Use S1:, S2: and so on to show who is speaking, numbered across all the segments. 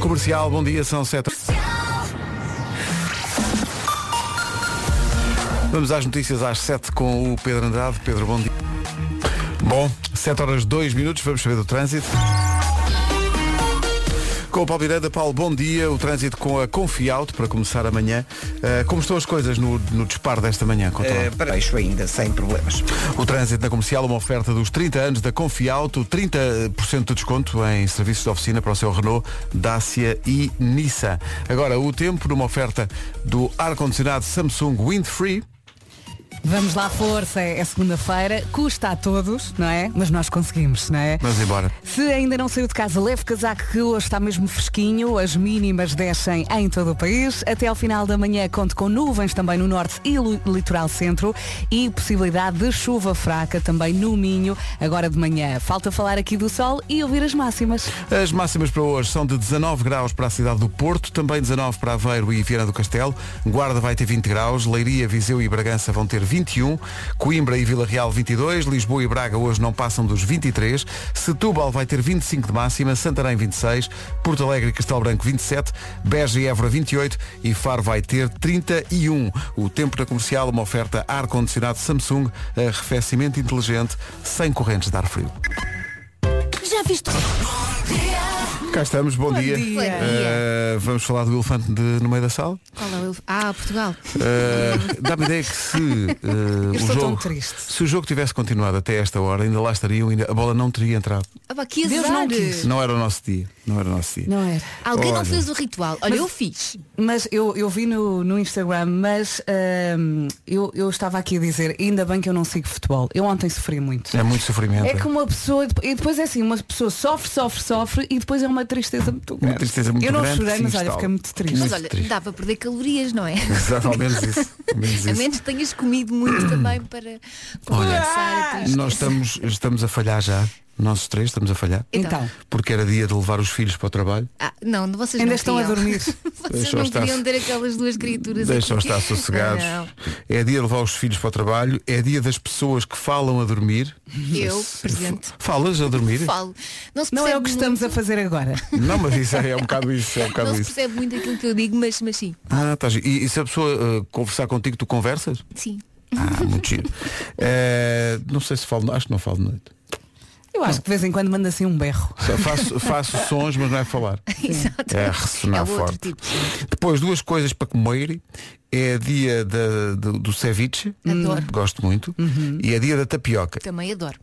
S1: Comercial, bom dia, são 7. Vamos às notícias às 7 com o Pedro Andrade. Pedro, bom dia. Bom, 7 horas 2 minutos, vamos saber do trânsito. Com o Paulo Miranda, Paulo, bom dia. O trânsito com a Confiauto para começar amanhã. Eh, como estão as coisas no, no disparo desta manhã? Conta lá.
S2: Eh, para baixo ainda, sem problemas.
S1: O trânsito na comercial, uma oferta dos 30 anos da Confiauto, 30% de desconto em serviços de oficina para o seu Renault, Dacia e Nissan. Agora, o tempo numa oferta do ar-condicionado Samsung Windfree.
S3: Vamos lá, força, é segunda-feira, custa a todos, não é? Mas nós conseguimos, não é?
S1: Vamos embora.
S3: Se ainda não saiu de casa, leve casaco que hoje está mesmo fresquinho, as mínimas descem em todo o país. Até ao final da manhã conte com nuvens também no norte e lu- litoral centro e possibilidade de chuva fraca também no Minho, agora de manhã. Falta falar aqui do sol e ouvir as máximas.
S1: As máximas para hoje são de 19 graus para a cidade do Porto, também 19 para Aveiro e Viana do Castelo, Guarda vai ter 20 graus, Leiria, Viseu e Bragança vão ter 21, Coimbra e Vila Real 22, Lisboa e Braga hoje não passam dos 23, Setúbal vai ter 25 de máxima, Santarém 26, Porto Alegre e Castelo Branco 27, Beja e Évora 28 e Faro vai ter 31. O tempo da comercial, uma oferta ar-condicionado Samsung, arrefecimento inteligente, sem correntes de ar frio.
S4: Já viste?
S1: Cá estamos, bom, dia.
S3: dia.
S1: Eh, vamos falar do elefante de- no meio da sala.
S4: Qual é o... Ah, Portugal.
S1: Eh, Dá-me ideia que se, eh, o
S3: estou tão
S1: jogo,
S3: triste.
S1: se o jogo tivesse continuado até esta hora, ainda lá estariam, ainda, a bola não teria entrado.
S4: Ah, pá, que
S3: Deus
S4: azar.
S3: não quis.
S1: Não era o nosso dia. Não era o nosso dia.
S3: Não é. era.
S4: Alguém
S1: Olha.
S4: não fez o ritual. Olha, eu fiz.
S3: Mas eu, eu vi no, no Instagram, mas hum, eu, eu estava aqui a dizer, ainda bem que eu não sigo futebol. Eu ontem sofri muito.
S1: É muito sofrimento.
S3: É que uma pessoa, e depois é assim, uma pessoa sofre, sofre, sofre e depois é uma tristeza muito grande.
S1: Uma tristeza muito
S3: Eu não
S1: grande que
S3: chorei,
S1: se
S3: mas olha,
S1: instala.
S3: fiquei muito triste.
S4: Mas
S1: Muito
S4: olha,
S1: triste.
S4: dá para perder calorias, não é?
S1: Exato, ao menos isso. Ao menos
S4: A
S3: É
S1: isso.
S4: menos que tenhas comido
S1: Hum.
S4: muito também para compensar a tristeza.
S1: Nós estamos, estamos a falhar já. Nós os três estamos a falhar.
S3: Então,
S1: Porque era dia de levar os filhos para o trabalho.
S4: Ah, não, vocês
S3: ainda
S4: não
S3: estão a
S4: queriam.
S3: dormir.
S4: Vocês
S1: Deixam
S4: não
S1: estar.
S4: queriam ter aquelas duas criaturas
S3: é
S1: Deixam
S4: aqui. Ah,
S1: estar sossegados.
S4: Não,
S1: É dia de levar os filhos para o trabalho. É dia das pessoas que falam a dormir.
S4: eu, presente,
S1: Falas a dormir?
S4: falo. Não, se
S3: Não é o que
S4: percebe
S3: estamos a fazer agora.
S1: Não, mas isso é, é um bocado isso, é um
S4: muito-
S1: bocado
S4: Não se
S1: isso.
S4: percebe muito aquilo que eu digo, mas, mas sim.
S1: Ah, tá giro. e, e se a pessoa eh, conversar contigo, tu conversas?
S4: Sim.
S1: Ah, muito giro. Eh, não sei se falo, acho que não falo de noite.
S3: Eu acho que de vez em quando manda assim um berro.
S1: Só faço, faço sons, mas não é falar.
S4: Exato.
S1: É ressonar
S4: É o outro
S1: forte.
S4: tipo.
S1: Depois, duas coisas para comer. É dia da- do, do ceviche,
S4: Adoro. Uhum.
S1: gosto muito, e é dia da tapioca.
S4: Também adoro.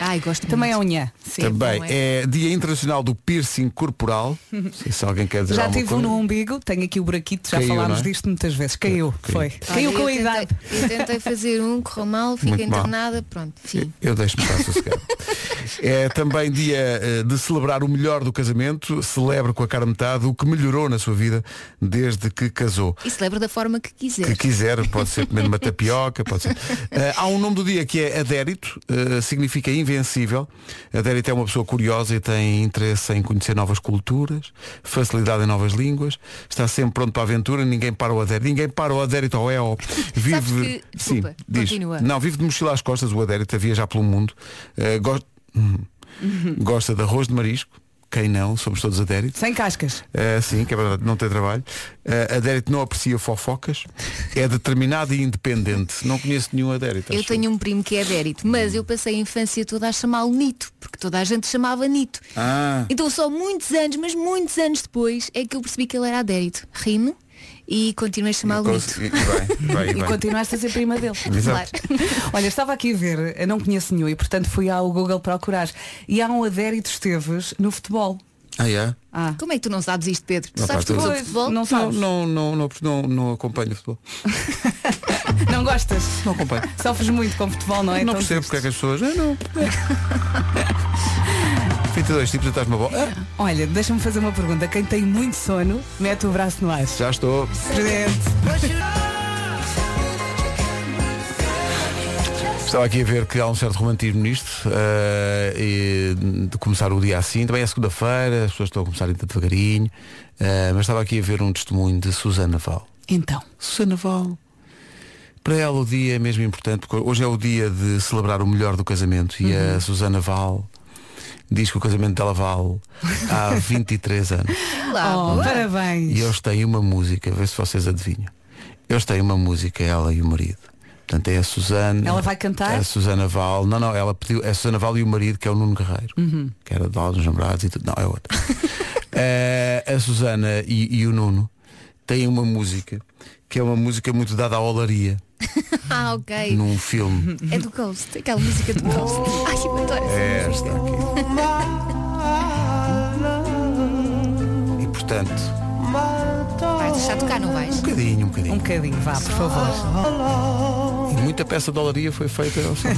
S4: Ai, gosto
S3: Também é
S4: muito.
S3: unha.
S4: Sim,
S1: Também
S4: não é?
S1: é. dia internacional do piercing corporal. Não sei se alguém quer dizer
S3: Já
S1: alguma
S3: tive um
S1: coisa.
S3: no umbigo, tenho aqui o buraquito, já
S1: Caiu,
S3: falámos
S1: não é?
S3: disto muitas vezes. Caiu, foi. Caiu
S4: Olha,
S3: com a
S4: eu tentei-
S3: idade.
S4: Eu tentei fazer um, correu mal,
S1: Muito
S4: fiquei
S1: mal.
S4: internada, pronto, fim.
S1: Eu deixo-me estar sossegado. É também dia eh, de celebrar o melhor do casamento. Celebre com a cara metade o que melhorou na sua vida desde que casou.
S4: E celebra da forma que
S1: Que
S4: quiser.
S1: quiser, pode ser comendo uma tapioca, pode ser. Eh, há um nome do dia que é Adérito, eh, significa invencível. Adérito é uma pessoa curiosa e tem interesse em conhecer novas culturas, facilidade em novas línguas, está sempre pronto para a aventura, ninguém para o Adérito, ninguém para o Adérito é, ao EO.
S4: Sabes que- desculpa, continua.
S1: Não, vive de mochila às costas o Adérito a viajar pelo mundo. Eh, gosta- Hum. gosta de arroz de marisco, quem não, somos todos Adéritos.
S3: Sem cascas.
S1: Uh, sim, que é verdade, não tem trabalho. Uh, adérito não aprecia fofocas, é determinado e independente. Não conheço nenhum tá adérito.
S4: Eu
S1: acho
S4: tenho um primo que é adérito, mas eu passei a infância toda a chamá-lo Nito, porque toda a gente chamava Nito.
S1: Ah.
S4: Então só muitos anos, mas muitos anos depois, é que eu percebi que ele era adérito. Rime e continuei a chamá-lo Nito.
S1: E vai, vai,
S3: um E
S1: vai.
S3: continuaste a ser prima dele.
S1: Exato.
S3: Olha, estava aqui a ver, eu não conheço nenhum e portanto fui ao Google procurar. E há um Adérito Esteves no futebol.
S1: Ah, é?
S3: Ah,
S4: Como é que tu não sabes isto, Pedro? Tu
S1: Não,
S4: sabes
S1: pá,
S4: tudo sobre
S3: pois,
S4: futebol?
S3: Não
S1: Não,
S3: sabes?
S1: não, não, não, não, não acompanho o futebol.
S3: Não gostas?
S1: Não acompanho.
S3: Sofres muito com futebol, não é?
S1: não
S3: Ah, Então,
S1: percebo porque é que as pessoas. Ah, não. 22 tipos, já estás uma bola. Ah,
S3: Olha, deixa-me fazer uma pergunta. Quem tem muito sono, mete o braço no ar.
S1: Ah, já estou.
S3: Presente.
S1: Estava aqui a ver que há um certo romantismo nisto eh, e de começar o dia assim. Também é segunda-feira, as pessoas estão a começar ainda devagarinho. eh, mas estava aqui a ver um testemunho de Susana Val.
S3: Então,
S1: Susana Val. Para ela o dia é mesmo importante, porque hoje é o dia de celebrar o melhor do casamento. E a Susana Val diz que o casamento dela vale há 23 anos.
S4: Ah,
S3: Oh, parabéns.
S1: E eles têm uma música, vê se vocês adivinham. Eles têm uma música, ela e o marido. Portanto, é a Susana.
S3: Ela vai cantar?
S1: É a Susana Val. Não, não, ela pediu. É a Susana Val e o marido, que é o Nuno Guerreiro. Que era de Alves Namorados e tudo. Não, é outra. Eh, a Susana e, e o Nuno têm uma música que é uma música muito dada à olaria
S3: Oh.
S4: Ah, ok.
S1: num filme.
S4: É do Ghost, aquela música do Ghost.
S3: Oh.
S4: Ai, eu adoro essa
S1: É
S4: música.
S1: esta aqui. E portanto,
S5: Vais deixar tocar, não vais?
S1: um bocadinho, um
S3: Um
S1: bocadinho.
S3: bocadinho, vá, por favor.
S1: E muita peça de olaria foi feita ao som.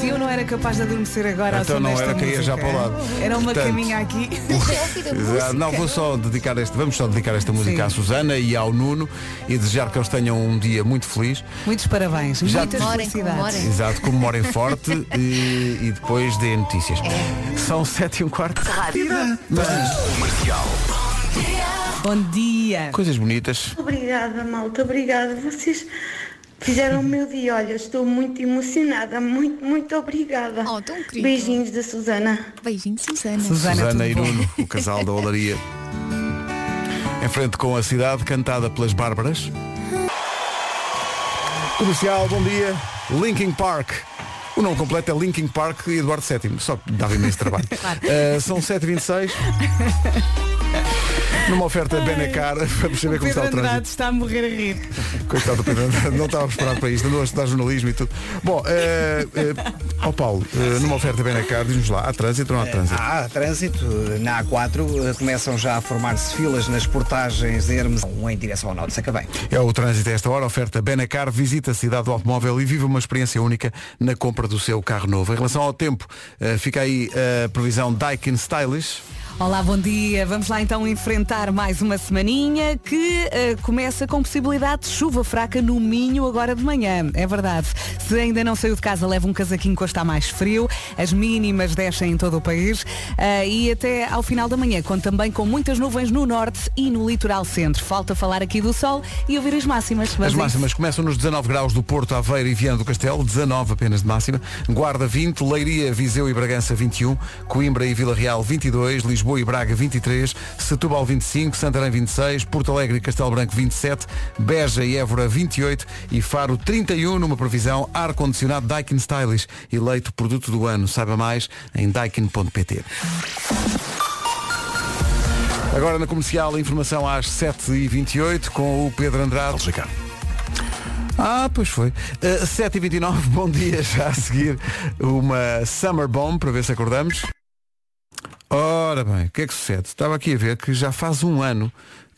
S3: Se eu não era capaz de adormecer agora ao
S1: Então
S3: som
S1: não
S3: desta
S1: era, caía
S3: música,
S1: já para o lado.
S3: Era uma
S1: Portanto,
S3: caminha aqui.
S1: Exato. Não, vou só dedicar este, vamos só dedicar esta música
S3: Sim.
S1: à Susana e ao Nuno e desejar que eles tenham um dia muito feliz.
S3: Muitos parabéns,
S1: Já
S3: muitas
S1: te-
S5: Comemorem,
S3: felicidades.
S5: comemorem.
S1: Exato, comemorem forte e, e depois deem notícias.
S3: É.
S1: São sete e um quarto. Mas,
S3: Bom dia.
S1: coisas bonitas.
S6: Obrigada, malta, obrigada. Vocês fizeram o meu dia. Olha, estou muito emocionada. Muito, muito obrigada.
S4: Oh, tão querido.
S6: Beijinhos da Susana.
S4: Beijinho, Susana.
S3: Susana,
S1: Susana e
S3: tudo bom?
S1: Nuno, o casal da Olaria. Em frente com a cidade, cantada pelas Bárbaras. Comercial, bom dia. Linkin Park. O nome completo é Linkin Park e Eduardo VII, só que dava imenso trabalho. Eh, são 7h26. Numa oferta Benacar, vamos saber como é está o trânsito.
S3: Pedro Andrade está a morrer a rir.
S1: Coitado do Pedro Andrade, não estava preparado para isto, andou a estudar jornalismo e tudo. Bom, eh, eh, ó Paulo, eh, numa oferta Benacar, diz-nos lá, há trânsito ou não há trânsito?
S2: Há Ah, trânsito na A4, eh, começam já a formar-se filas nas portagens de Hermes, um em direção ao norte, acabei.
S1: É o trânsito a esta hora, oferta Benacar, visita a cidade do automóvel e vive uma experiência única na compra do seu carro novo. Em relação ao tempo, eh, fica aí a previsão Daikin Stylish.
S3: Olá, bom dia. Vamos lá então enfrentar mais uma semaninha que eh, começa com possibilidade de chuva fraca no Minho agora de manhã. É verdade. Se ainda não saiu de casa, leva um casaquinho que hoje está mais frio. As mínimas descem em todo o país. eh, e até ao final da manhã, conto também com muitas nuvens no norte e no litoral centro. Falta falar aqui do sol e ouvir as máximas. Mas
S1: As
S3: é
S1: máximas começam nos 19 graus do Porto, Aveiro e Viana do Castelo, 19 apenas de máxima. Guarda 20, Leiria, Viseu e Bragança 21, Coimbra e Vila Real 22, Lisboa e Braga 23, Setúbal 25, Santarém 26, Porto Alegre e Castelo Branco 27, Beja e Évora 28 e Faro 31 numa previsão ar-condicionado Daikin Stylish, eleito produto do ano. Saiba mais em daikin.pt. Agora na comercial, informação às 7h28 com o Pedro Andrade. Ah, pois foi. Uh, 7h29, bom dia já a seguir. Uma Summer Bomb para ver se acordamos. Ora bem, o que é que sucede? Estava aqui a ver que já faz um ano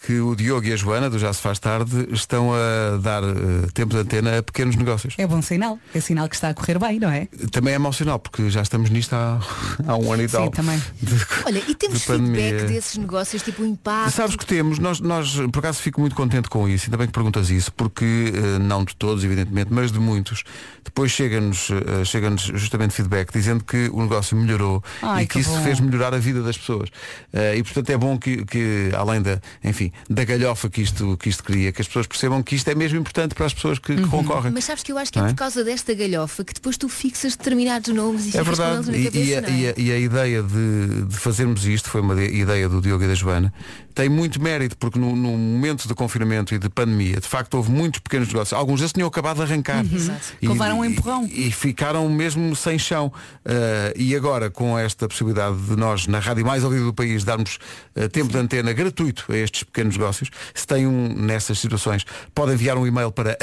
S1: que o Diogo e a Joana, do Já Se Faz Tarde, estão a dar eh, tempo de antena a pequenos negócios.
S3: É bom sinal. É sinal que está a correr bem, não é?
S1: Também é mau sinal, porque já estamos nisto há, há um ano e
S3: Sim,
S1: tal.
S3: também.
S1: de-
S5: Olha, e temos
S1: de pandemia.
S5: feedback desses negócios, tipo o impacto.
S1: Sabes que temos, nós, nós por acaso fico muito contente com isso, ainda bem que perguntas isso, porque eh, não de todos, evidentemente, mas de muitos. Depois chega-nos eh, chega-nos justamente feedback dizendo que o negócio melhorou
S3: Ai,
S1: e que,
S3: que
S1: isso
S3: bom.
S1: fez melhorar a vida das pessoas. Eh, e portanto é bom que, que, além da, enfim, da galhofa que isto, que isto cria, que as pessoas percebam que isto é mesmo importante para as pessoas que, que concorrem.
S5: Mas sabes que eu acho que é
S1: Não é?
S5: por causa desta galhofa que depois tu fixas determinados nomes e
S1: É
S5: ficas
S1: verdade.
S5: com
S1: E,
S5: eles na cabeça,
S1: e a,
S5: não é?
S1: e a- e a ideia de, de fazermos isto, foi uma de- ideia do Diogo e da Joana, tem muito mérito, porque no, no momento de confinamento e de pandemia, de facto, houve muitos pequenos negócios. Alguns deles tinham acabado de arrancar.
S5: Exato.
S1: E,
S3: Uhum. Que levaram um
S1: e-
S3: empurrão.
S1: E, ficaram mesmo sem chão. Ah, e agora, com esta possibilidade de nós, na rádio mais ouvida do país, darmos ah, tempo de antena gratuito a estes pequenos negócios, se tem um nessas situações, pode enviar um e-mail para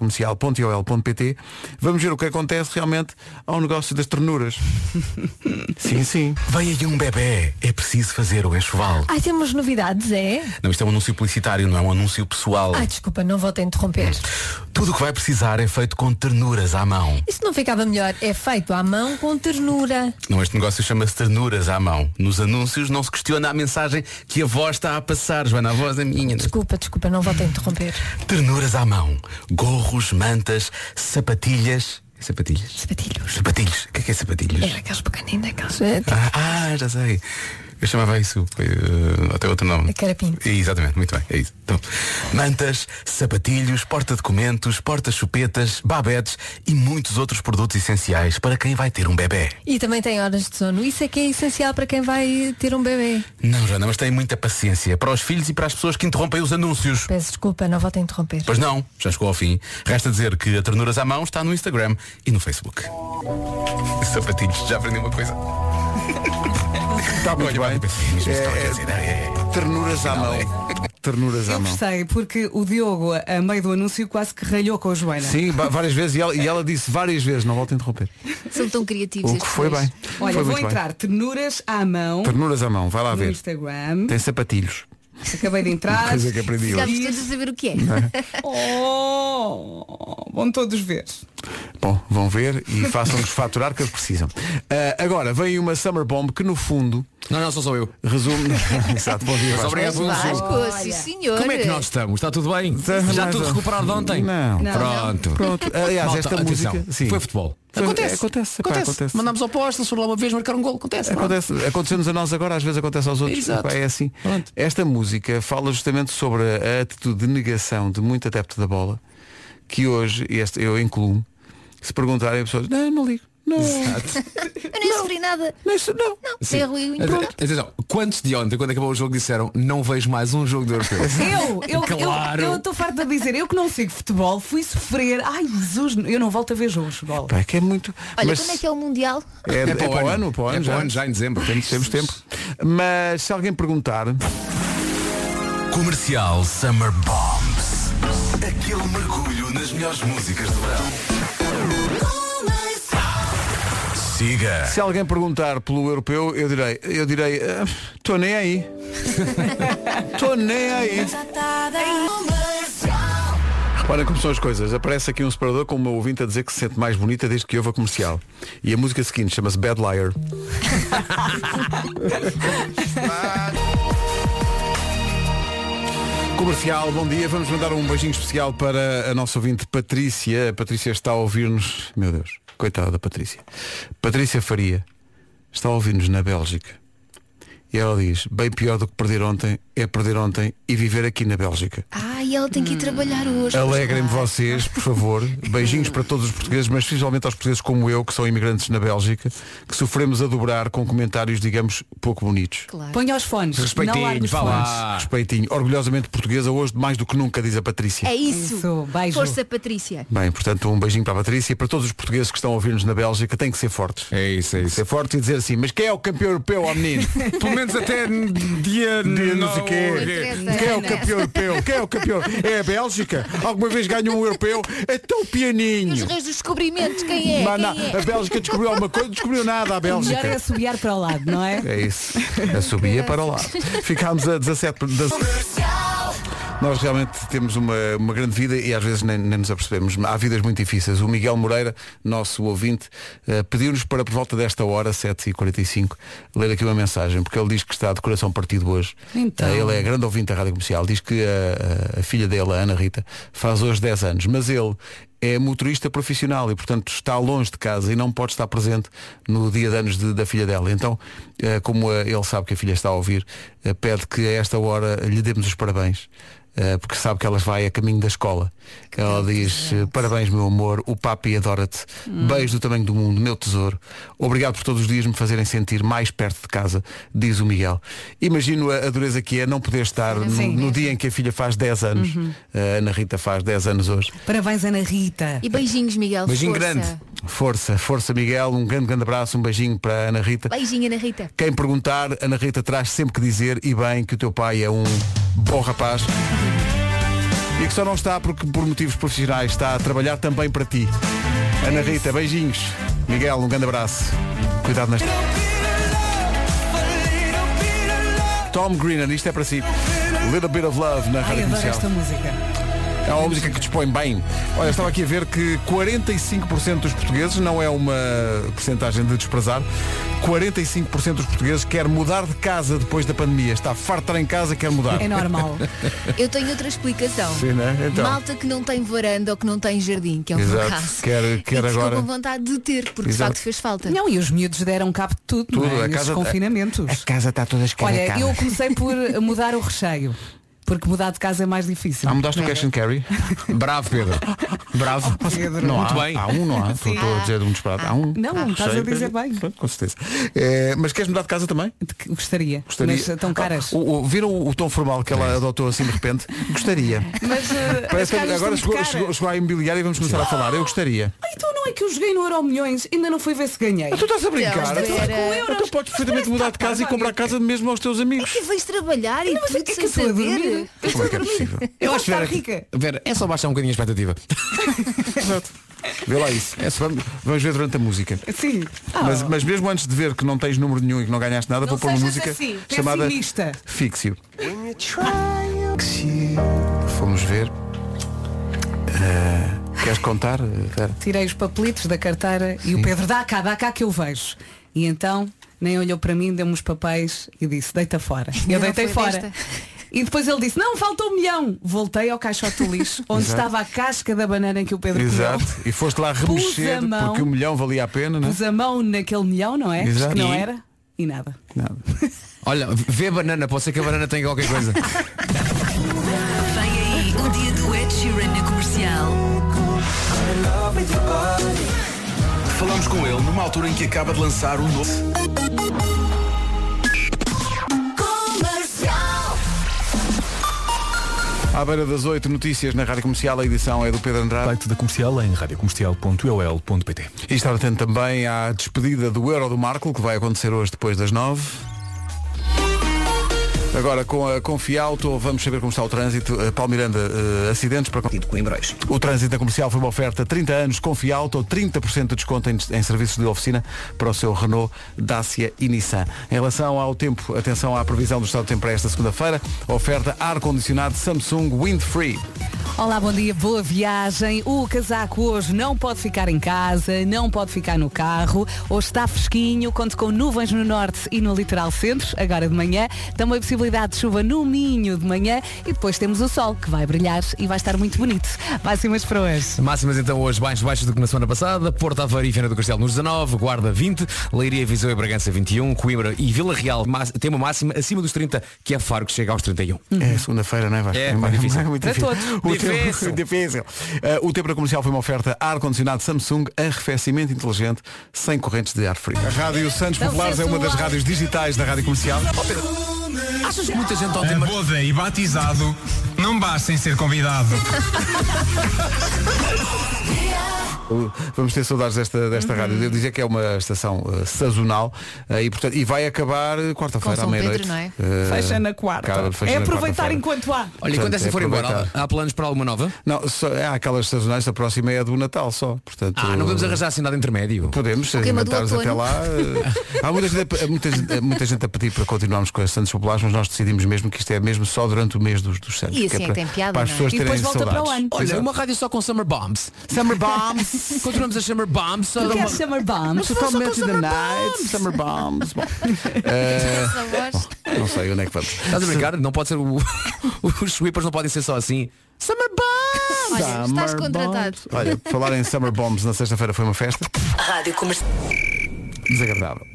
S1: anunciozinhos.radiocomercial.ol.pt Vamos ver o que acontece realmente ao negócio das ternuras. sim, sim.
S7: Vem aí um bebê, é preciso fazer o enxoval.
S8: Ai, temos novidades, é?
S7: Não, isto é um anúncio publicitário, não é um anúncio pessoal.
S8: Ai, desculpa, não vou te interromper.
S7: Tudo o que vai precisar é feito com ternuras à mão.
S8: Isto não ficava melhor. É feito à mão com ternura.
S7: Não, este negócio chama-se ternuras à mão. Nos anúncios não se questiona a mensagem que a voz está a passar, Joana, a voz é minha. não é?
S8: Desculpa, desculpa, não vou te interromper.
S7: Ternuras à mão. Gorros, mantas, sapatilhas. É Sapatilhas?
S8: Sapatilhos.
S7: Sapatilhos. O que é que é sapatilhas?
S8: É aqueles pequeninos, aqueles. eh,
S7: Ah, ah, já sei. Eu chamava isso, foi, eh, até outro nome.
S8: A carapinho.
S7: Exatamente, muito bem, é isso. Então, mantas, sapatilhos, porta-documentos, porta-chupetas, babetes e muitos outros produtos essenciais para quem vai ter um bebê.
S8: E também tem horas de sono. Isso é que é essencial para quem vai ter um bebê.
S7: Não, Joana, mas tem muita paciência para os filhos e para as pessoas que interrompem os anúncios.
S8: Peço desculpa, não vou te interromper.
S7: Pois não, já chegou ao fim. Resta dizer que a Ternuras à Mão está no Instagram e no Facebook. Sapatinhos, já aprendi uma coisa.
S9: Tá
S1: Está muito
S7: Olha,
S1: bem.
S7: pensei, mas isto não quer dizer, é, é, é.
S1: Ternuras à mão. Ternuras à
S3: Eu
S1: mão.
S3: gostei, porque o Diogo, a meio do anúncio, quase que ralhou com a Joana.
S1: Sim, ba- várias vezes. E ela, e ela disse várias vezes, não volto a interromper.
S5: São tão criativos.
S1: O que
S5: estes
S1: foi
S5: dois.
S1: bem.
S3: Olha,
S1: foi
S3: vou
S1: muito
S3: entrar ternuras à mão
S1: bem. Ternuras à mão, vai lá
S3: no
S1: ver.
S3: Instagram.
S1: Tem sapatilhos.
S3: Acabei de entrar.
S1: Coisa que aprendi hoje.
S5: Ficámos todos a saber o que é.
S3: Oh, vão todos ver.
S1: Bom, vão ver e façam-nos faturar que eles precisam. Ah, agora, vem uma Summer Bomb que no fundo
S9: Não, não, sou só eu.
S1: resume. Exato, bom dia. Vasco.
S9: Obrigado, Vasco.
S5: Vasco, sim senhor.
S9: Como é que nós estamos? Está tudo bem?
S1: Estamos
S9: Já
S1: mais
S9: tudo
S1: ou-
S9: recuperado de ontem?
S1: Não. Não.
S9: Pronto.
S1: Pronto. Aliás,
S9: Malta,
S1: esta
S9: atenção.
S1: música. Sim.
S9: Foi futebol.
S1: Foi- é, acontece, pá, acontece.
S9: Mandámos ao posto, eles foram lá uma vez marcar um gol. Acontece.
S1: Acontece, aconteceu-nos a nós agora, às vezes acontece aos outros.
S9: Exato.
S1: Epá, É assim.
S9: Pronto.
S1: Esta música fala justamente sobre a atitude de negação de muito adepto da bola, que hoje, e este, eu incluo, se perguntarem a pessoas, não, não ligo. Não,
S5: Eu nem sofri nada.
S1: não, isso não.
S5: Sim.
S4: um
S9: Ate- Atenção, quantos de ontem, quando acabou o jogo, disseram não vejo mais um jogo do europeu?
S3: Eu, eu,
S9: Claro.
S3: eu estou farta de dizer, eu que não sigo futebol, fui sofrer. Ai, Jesus, eu não volto a ver jogos de futebol.
S1: Pá, é que é muito.
S5: Olha,
S1: mas-
S5: quando é que é o Mundial?
S1: É, é para o ano, para o ano,
S9: é
S1: já.
S9: para o ano, já em dezembro.
S1: Temos, temos tempo. Mas se alguém perguntar,
S7: Comercial Summer Bombs. Aquele mergulho nas melhores músicas do verão. Siga.
S1: se alguém perguntar pelo europeu, eu direi, eu direi, estou nem aí. Estou nem aí. Olha como são as coisas. Aparece aqui um separador com uma ouvinte a dizer que se sente mais bonita desde que ouve a comercial. E a música seguinte chama-se Bad Liar. Comercial, bom dia. Vamos mandar um beijinho especial para a nossa ouvinte Patrícia. A Patrícia está a ouvir-nos. Meu Deus, coitada da Patrícia. Patrícia Faria está a ouvir-nos na Bélgica. E ela diz, bem pior do que perder ontem é perder ontem e viver aqui na Bélgica.
S5: Ah, e ela tem que ir trabalhar
S1: Hum,
S5: hoje.
S1: Alegrem-me
S5: Claro.
S1: vocês, por favor. Beijinhos para todos os portugueses, mas principalmente aos portugueses como eu, que são imigrantes na Bélgica, que sofremos a dobrar com comentários, digamos, pouco bonitos.
S5: Claro.
S3: Ponha os fones. não largue os
S9: Respeitinhos, vá
S3: fones.
S9: lá.
S1: Respeitinho. Orgulhosamente portuguesa hoje, mais do que nunca, diz a Patrícia.
S5: É isso.
S3: Isso, beijo.
S5: Força, Patrícia.
S1: Bem, portanto, um beijinho para a Patrícia e para todos os portugueses que estão a ouvir-nos na Bélgica, têm que ser fortes.
S9: É isso, é isso.
S1: Ser fortes e dizer assim, mas quem é o campeão europeu, ó menino?
S9: Pelo menos até dia,
S1: Dia não sei quê.
S5: interessa,
S1: Quem é o
S5: Ana.
S1: campeão europeu? Quem é o campeão? É a Bélgica? Alguma vez ganhou um europeu? É tão
S5: E os
S1: pianinho.
S5: reis dos descobrimentos, quem é?
S1: Mas na-
S5: Quem é?
S1: a Bélgica descobriu alguma coisa, não descobriu nada a
S3: O melhor é
S1: Bélgica.
S3: assobiar para o lado, não é?
S1: É isso. A subia para lá. Ficámos a 17 das... Nós realmente temos uma, uma grande vida e às vezes nem, nem nos apercebemos. Há vidas muito difíceis. O Miguel Moreira, nosso ouvinte, eh, pediu-nos para por volta desta hora, 7h45, ler aqui uma mensagem, porque ele diz que está de coração partido hoje.
S3: Então.
S1: Eh, Ele é grande ouvinte da Rádio Comercial. Diz que a, a- a filha dele, a Ana Rita, faz hoje 10 anos, mas ele é motorista profissional e, portanto, está longe de casa e não pode estar presente no dia de anos de- da filha dela. Então, eh, como eh, ele sabe que a filha está a ouvir, eh, pede que a esta hora lhe demos os parabéns. eh, Porque sabe que ela vai a caminho da escola. Ela diz, eh, parabéns meu amor, o papi adora-te. Beijo do tamanho do mundo, meu tesouro. Obrigado por todos os dias me fazerem sentir mais perto de casa, diz o Miguel. Imagino a, a dureza que é não poder estar no,
S3: Sim.
S1: no dia em que a filha faz 10 anos. A Ana Rita faz 10 anos hoje.
S3: Parabéns, Ana Rita.
S5: E beijinhos, Miguel.
S9: Beijinho
S5: força.
S9: grande.
S1: Força, força Miguel, um grande, grande abraço, um beijinho para a Ana Rita.
S5: Beijinho, Ana Rita.
S1: Quem perguntar, Ana Rita traz sempre que dizer e bem que o teu pai é um bom rapaz. E que só não está porque por motivos profissionais está a trabalhar também para ti. Ana Rita, beijinhos. Miguel, um grande abraço. Cuidado nas. Tom Greenan, isto é para si. Little Bit of Love na
S3: Ai,
S1: Rádio
S3: adoro
S1: Comercial.
S3: esta música.
S1: É uma música que dispõe bem. Olha, estava aqui a ver que 45% dos portugueses, não é uma porcentagem de desprezar, 45% dos portugueses quer mudar de casa depois da pandemia. Está fartar em casa, quer mudar.
S3: É normal.
S5: Eu tenho outra explicação.
S1: Sim, né? Então.
S5: Malta que não tem varanda ou que não tem jardim, que é o meu
S1: Exato.
S5: caso.
S1: Quer- quer
S5: e que ficou
S1: agora-
S5: com vontade de ter, porque
S1: Exato.
S5: de facto fez falta.
S3: Não, e os miúdos deram cabo de tudo,
S1: Tudo,
S3: não
S1: a
S3: é? Nesses
S1: casa-
S3: confinamentos.
S2: casa está toda
S3: Olha, eu comecei por mudar o recheio. Porque mudar de casa é mais difícil.
S1: Ah, mudaste o cash and carry?
S9: Bravo, Pedro.
S1: Bravo.
S3: Oh,
S1: Não
S9: Muito
S1: há,
S9: bem.
S1: Há um, não há. Estou estou a dizer um disparate. Há um.
S3: Ah, Não, estás a dizer bem.
S1: Pronto, Com certeza. É, mas queres mudar de casa também?
S3: De que Gostaria.
S1: Gostaria.
S3: Mas estão caras.
S1: Ah, o- o- viram o, o tom formal que ela adotou assim de repente? Gostaria.
S3: Mas eh,
S1: Parece que
S3: as casas estão
S1: agora
S3: muito
S1: chegou,
S3: caras.
S1: chegou, chegou à imobiliária e vamos começar a falar. Eu gostaria.
S3: Ah, Então não é que eu joguei no Euro Milhões, ainda não fui ver se ganhei.
S1: Ah, tu estás a brincar?
S5: Então, espera.
S1: Então, então podes perfeitamente mudar de casa e comprar a casa mesmo aos teus amigos.
S5: Que vais trabalhar e
S3: Não, mas
S5: tudo
S3: é que
S5: sem
S3: eu estou a
S5: saber.
S3: dormir. Eu
S1: Como
S3: estou a
S1: é que é possível?
S3: dormir. Eu acho estar rica.
S9: Vera, é só baixar um bocadinho a expectativa.
S1: Vê lá isso. É só- vamos, vamos ver durante a música.
S3: Sim. Ah,
S1: Mas, mas mesmo antes de ver que não tens número nenhum e que não ganhaste nada,
S3: Não
S1: vou pôr uma
S3: sejas
S1: música
S3: assim,
S1: chamada
S3: pessimista.
S1: Fixio. Fomos ver. Ah, queres contar? Vera?
S3: Tirei os papelitos da carteira e o Pedro, dá cá, dá cá que eu vejo. E então nem olhou para mim, deu-me os papéis e disse, deita fora. Eu
S5: não
S3: deitei
S5: foi
S3: fora.
S5: desta.
S3: E depois ele disse, não, falta um milhão. Voltei ao caixote do lixo, onde
S1: Exato.
S3: estava a casca da banana em que o Pedro
S1: Exato.
S3: comeu.
S1: E foste lá remexer
S3: Pus a mão.
S1: porque o milhão valia a pena, não é?
S3: Pus a mão naquele milhão, não é?
S1: Exato.
S3: Que não
S1: E-
S3: era. E nada.
S1: Nada.
S9: Olha, vê a banana, pode ser que a banana tenha qualquer coisa.
S10: Vem aí o dia do Ed Sheeran na comercial.
S7: Falamos com ele numa altura em que acaba de lançar o novo.
S1: À beira das oito notícias na Rádio Comercial, a edição é do Pedro Andrade.
S7: da comercial em radiocomercial.ol.pt
S1: E estar atento também à despedida do Euro do Marco, que vai acontecer hoje depois das nove. Agora com a Confiauto, vamos saber como está o trânsito. Eh, Paulo Miranda, eh, acidentes para...
S2: Partido Coimbrões.
S1: O trânsito na comercial foi uma oferta 30 anos Confiauto, 30% de desconto em, em serviços de oficina para o seu Renault, Dacia e Nissan. Em relação ao tempo, atenção à previsão do estado do tempo para esta segunda-feira, oferta ar-condicionado Samsung Windfree.
S3: Olá, bom dia, boa viagem. O casaco hoje não pode ficar em casa, não pode ficar no carro. Hoje está fresquinho, conto com nuvens no norte e no litoral centro, agora de manhã. Também possibilidade de chuva no Minho de manhã e depois temos o sol que vai brilhar e vai estar muito bonito. Máximas para hoje.
S9: Máximas então hoje mais baixas do que na semana passada. Porto Aveiro e Viana do Castelo nos 19, Guarda 20, Leiria, Viseu e Bragança 21, Coimbra e Vila Real ma- tem uma máxima acima dos 30, que é Faro que chega aos 31.
S1: É segunda-feira, não é Vasco?
S9: É,
S1: muito
S9: pá, difícil.
S1: muito
S3: Para
S1: difícil.
S3: todos.
S1: O
S9: Difícil.
S1: Tempo, difícil. Eh, o tempo da comercial foi uma oferta ar-condicionado Samsung, arrefecimento inteligente, sem correntes de ar frio. A Rádio Santos Populares é uma das rádios digitais da Rádio Comercial.
S9: Achas que muita gente
S7: A boda e batizado não basta em ser convidado.
S1: Uh, Vamos ter saudades desta,
S5: Uhum.
S1: desta rádio. Devo dizer que é uma estação uh, sazonal uh, e, portanto, e vai acabar uh, quarta-feira
S5: Com
S1: à
S5: São
S1: meia-noite.
S5: Pedro, não é?
S1: Uh,
S3: Fecha na quarta.
S1: acaba- fecha
S3: é
S1: na
S3: aproveitar
S1: quarta-feira.
S3: enquanto há.
S9: Olha, e quando
S1: Portanto,
S9: essa
S1: é
S9: for embora,
S1: aproveitar.
S9: há planos para alguma nova?
S1: Não, só, é, há aquelas sazonais, a próxima é a do Natal só. Portanto,
S9: Ah, não podemos arranjar assim nada intermédio.
S1: Podemos, se
S5: queima do
S1: inventarmos até
S5: outono.
S1: lá. eh, Há muita gente, a, muita, gente- eh, muita gente a pedir para continuarmos com as Santos Populares, mas nós decidimos mesmo que isto é mesmo só durante o mês dos, dos Santos.
S5: E
S1: que
S5: assim é
S1: para,
S5: que tem piada,
S1: para as
S5: não é?
S1: pessoas
S3: E
S1: terem
S3: depois volta para o
S1: saudades.
S3: ano.
S9: Olha,
S1: Exato.
S9: uma rádio só com é. Summer Bombs.
S1: Summer Bombs.
S9: Continuamos a Summer Bombs. Só
S3: Tu
S9: dá uma-
S3: queres chamar é bombs?
S1: Totalmente the night. Summer Bombs. Bom, eh,
S5: Essa voz.
S1: não sei onde é que vamos.
S9: Estás a brincar? Não pode ser o... Os sweepers não podem ser só assim. Summer Bombs!
S5: Olha, estás
S1: Summer
S5: contratado.
S1: Bombs. Olha, falar em Summer Bombs na sexta-feira foi uma festa
S10: Rádio Comercial.
S1: desagradável.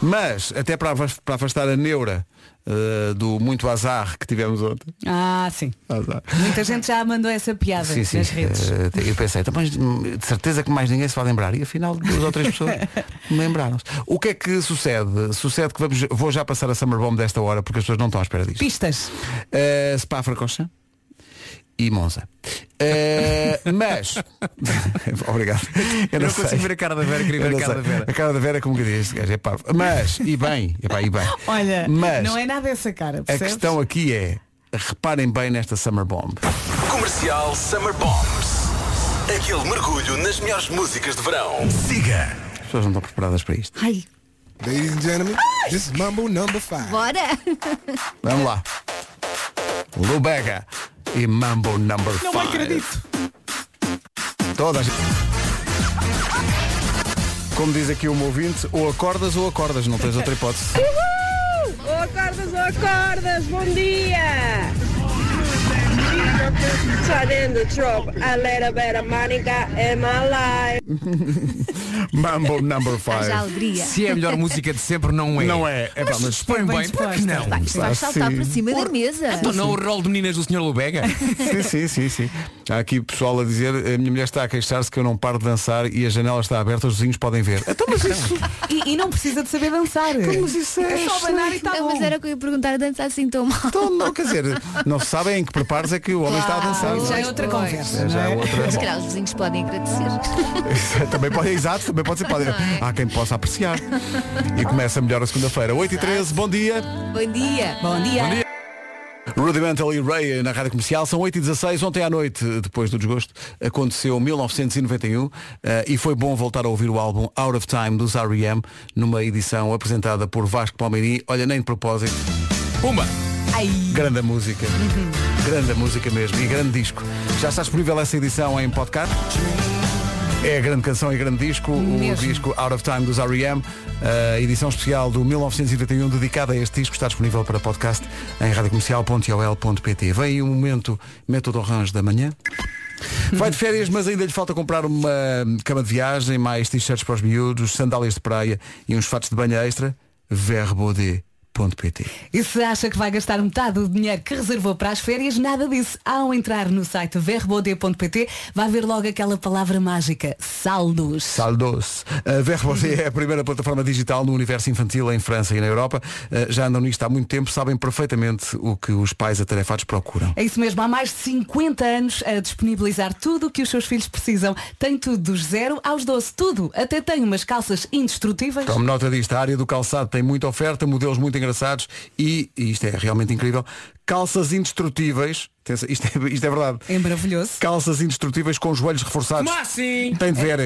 S1: Mas, até para avas- para afastar a neura eh, do muito azar que tivemos ontem.
S3: Ah, sim.
S1: Azar.
S3: Muita gente já mandou essa piada
S1: Sim, sim.
S3: nas redes.
S1: Eh, eu pensei, então, mas, hum, de certeza que mais ninguém se vai lembrar. E afinal, duas ou três pessoas lembraram-se. O que é que sucede? Sucede que vamos, vou já passar a Summer Bomb desta hora, porque as pessoas não estão à espera disto.
S3: Pistas.
S1: Uh, Spa Francorchamps e Monza. Uh, mas obrigado.
S9: Eu não consigo ver a cara da Vera, queria ver
S1: Eu não
S9: a cara
S1: sei.
S9: da Vera.
S1: A cara da Vera é como que diz este gajo, é parvo. Mas, e bem, epá, e bem.
S3: Olha,
S1: mas
S3: não é nada essa cara,
S1: a
S3: percebes?
S1: questão aqui é, reparem bem nesta Summer Bomb.
S7: Comercial Summer Bombs. Aquele mergulho nas melhores músicas de verão. Siga.
S1: As pessoas não estão preparadas para isto.
S3: Ai,
S7: Ladies and gentlemen, this is Mambo number 5.
S5: Bora!
S1: Vamos lá. Lubega e Mambo Number 5.
S2: Não acredito.
S1: Toda a gente... Como diz aqui o meu ouvinte, ou acordas ou acordas, não tens outra hipótese.
S11: Uhul! Ou acordas ou acordas, bom dia! Sudden the drop, a little bit of Monica in my life.
S1: Mambo number
S5: Haja
S1: 5.
S5: alegria.
S9: Se é a melhor música de sempre, não é.
S1: Não é. É pá,
S9: mas,
S1: mas
S9: dispõe
S1: bem
S9: bem, porque
S1: disposta.
S9: não?
S1: Vai, isto vai Ah, saltar sim. para cima
S5: da mesa.
S9: Então não o rol de meninas do Sr. Lubega?
S1: Sim, sim, sim, sim. Há aqui pessoal a dizer, a minha mulher está a queixar-se que eu não paro de dançar e a janela está aberta, os vizinhos podem ver. Então, mas isso...
S3: E, e não precisa de saber dançar.
S1: Mas isso é
S3: só banar e está
S5: não,
S3: bom.
S5: mas era o que eu ia perguntar antes assim tão mal.
S1: Então, não, quer dizer, não se sabe em que preparos é que o homem está a dançar.
S5: Claro, já é outra
S1: Pois,
S5: conversa,
S1: é, Já é
S5: Se
S1: outra.
S5: calhar os vizinhos podem agradecer.
S1: também pode, exato, também pode ser. Pode, há quem possa apreciar. E começa melhor a segunda-feira. 8 e 13 bom dia.
S5: Bom dia.
S3: Bom
S1: Bom dia. Rudimental e Ray na rádio comercial são 8 e 16 Ontem à noite, depois do desgosto, aconteceu 1991 eh, e foi bom voltar a ouvir o álbum Out of Time dos R.E.M. numa edição apresentada por Vasco Palmeirim. Olha, nem de propósito. Pumba! Grande música. Grande música mesmo e grande disco. Já está disponível essa edição em podcast. É a grande canção e grande disco, o disco Out of Time dos R.E.M. A edição especial do 1991 dedicada a este disco está disponível para podcast em radiocomercial.ol.pt. Vem aí um momento método orange da manhã. Vai de férias, mas ainda lhe falta comprar uma cama de viagem, mais t-shirts para os miúdos, sandálias de praia e uns fatos de banho extra. verbode.pt
S3: E se acha que vai gastar metade do dinheiro que reservou para as férias, nada disso. Ao entrar no site verbode.pt, vai ver logo aquela palavra mágica, saldos.
S1: Saldos. A Verbode é a primeira plataforma digital no universo infantil em França e na Europa. Uh, Já andam nisto há muito tempo, sabem perfeitamente o que os pais atarefados procuram.
S3: É isso mesmo, há mais de 50 anos a disponibilizar tudo o que os seus filhos precisam. Tem tudo dos 0 aos 12, tudo. Até tem umas calças indestrutíveis.
S1: Tome nota disto, a área do calçado tem muita oferta, modelos muito engraçados e, e isto é realmente incrível, calças indestrutíveis, Atenção, isto é, isto é verdade.
S3: É maravilhoso.
S1: Calças indestrutíveis com joelhos reforçados.
S3: Como assim?
S1: Tem de ver.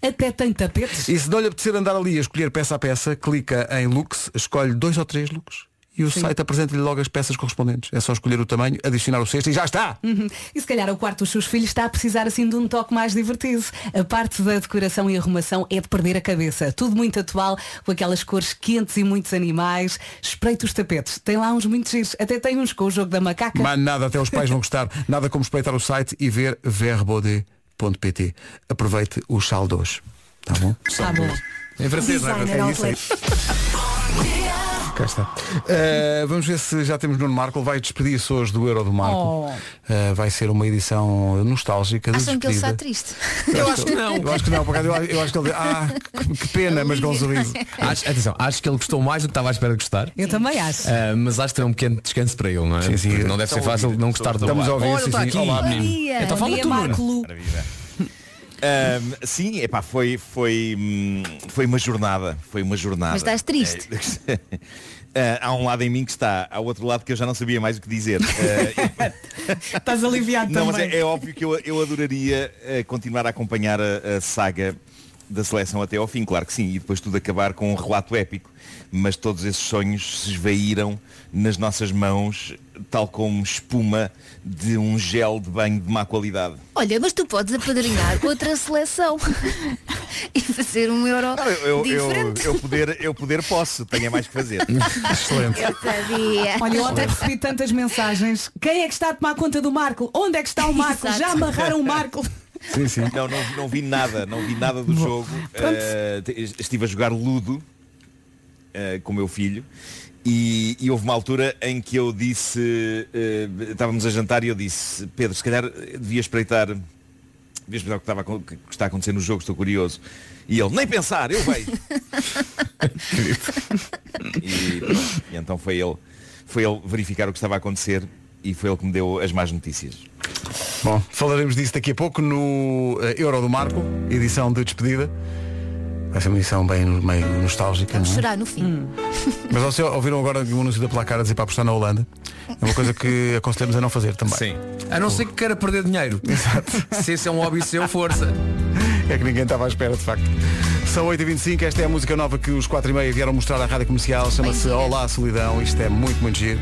S1: eh,
S3: Até tem tapetes.
S1: E se não lhe apetecer andar ali a escolher peça a peça, clica em looks, escolhe dois ou três looks e o
S3: Sim.
S1: site apresenta-lhe logo as peças correspondentes. É só escolher o tamanho, adicionar o cesto e já está!
S3: Uhum. E se calhar o quarto dos seus filhos está a precisar assim de um toque mais divertido. A parte da decoração e arrumação é de perder a cabeça. Tudo muito atual, com aquelas cores quentes e muitos animais. Espreita os tapetes. Tem lá uns muito giros. Até tem uns com o jogo da macaca.
S1: Mas nada, até os pais vão gostar. Nada como espreitar o site e ver verbode.pt. Aproveite os saldos. Tá bom?
S3: Está bom.
S1: Em francês, não é? É isso, é isso. Cá está. Uh, vamos ver se já temos Nuno Marco. Vai despedir-se hoje do Euro do Marco. Uh, vai ser uma edição nostálgica. de
S5: Oh. Acham que ele
S1: despedida.
S5: está triste.
S1: Eu acho que não. Eu acho que não. Por acaso, eu acho- eu acho que ele. Ah, que, que pena, mas com um sorriso.
S9: Acho- atenção, acho que ele gostou mais do que estava à espera de gostar.
S3: Eu também acho.
S9: Ah, mas acho que é um pequeno descanso para ele, não é?
S1: Sim, sim.
S9: Porque não deve
S1: Estão
S9: ser
S1: a
S9: fácil
S1: ouvir.
S9: não gostar do
S1: Estamos a ouvir,
S9: Olá,
S1: sim,
S9: está
S1: sim.
S9: aqui.
S1: Olá, menino.
S9: Então fala tu, Nuno.
S2: Maravilha. Ahm, sim, epá, foi, foi, hum, foi uma jornada. Foi uma jornada.
S5: Mas estás triste.
S2: Eh, ah, há um lado em mim que está, há outro lado que eu já não sabia mais o que dizer. Ah, e-
S3: Estás aliviado
S2: não,
S3: também.
S2: Mas é, é óbvio que eu, eu adoraria eh, continuar a acompanhar a, a saga da seleção até ao fim, claro que sim, e depois tudo acabar com um relato épico. Mas todos esses sonhos se esvaíram nas nossas mãos, tal como espuma de um gel de banho de má qualidade.
S5: Olha, mas tu podes apadrinhar outra seleção e fazer um euro
S2: Eu, eu,
S5: diferente.
S2: eu poder, eu poder posso, tenho é mais que fazer.
S1: Excelente.
S5: Eu sabia.
S3: Olha, eu ontem recebi tantas mensagens. Quem é que está a tomar conta do Marco? Onde é que está o Marco?
S5: Exato.
S3: Já amarraram o Marco?
S1: Sim, sim.
S2: Não, não, não vi nada, não vi nada do jogo. Eh, te- estive a jogar Ludo eh, com o meu filho. E, e houve uma altura em que eu disse, eh, estávamos a jantar e eu disse, Pedro, se calhar eh, devia espreitar, devia espreitar o que, estava, a acon- o que está a acontecer no jogo, estou curioso. E ele, nem pensar, eu vejo. e, pronto, e então foi ele, foi ele verificar o que estava a acontecer e foi ele que me deu as más notícias.
S1: Bom, falaremos disso daqui a pouco no eh, Euro do Marco, edição de despedida. Vai ser uma edição bem no- meio nostálgica, não é?
S5: Chorar no fim.
S1: Mas vocês ouviram agora um anúncio da placar a dizer para apostar na Holanda? É uma coisa que aconselhamos a não fazer também.
S9: Sim. A não ser que queira perder dinheiro. Exato. Se esse é um hobby seu, força.
S1: É que ninguém estava à espera, de facto. São 8h25, esta é a música nova que os 4 e meia vieram mostrar à rádio comercial. Chama-se Olá Solidão. Isto é muito, muito giro.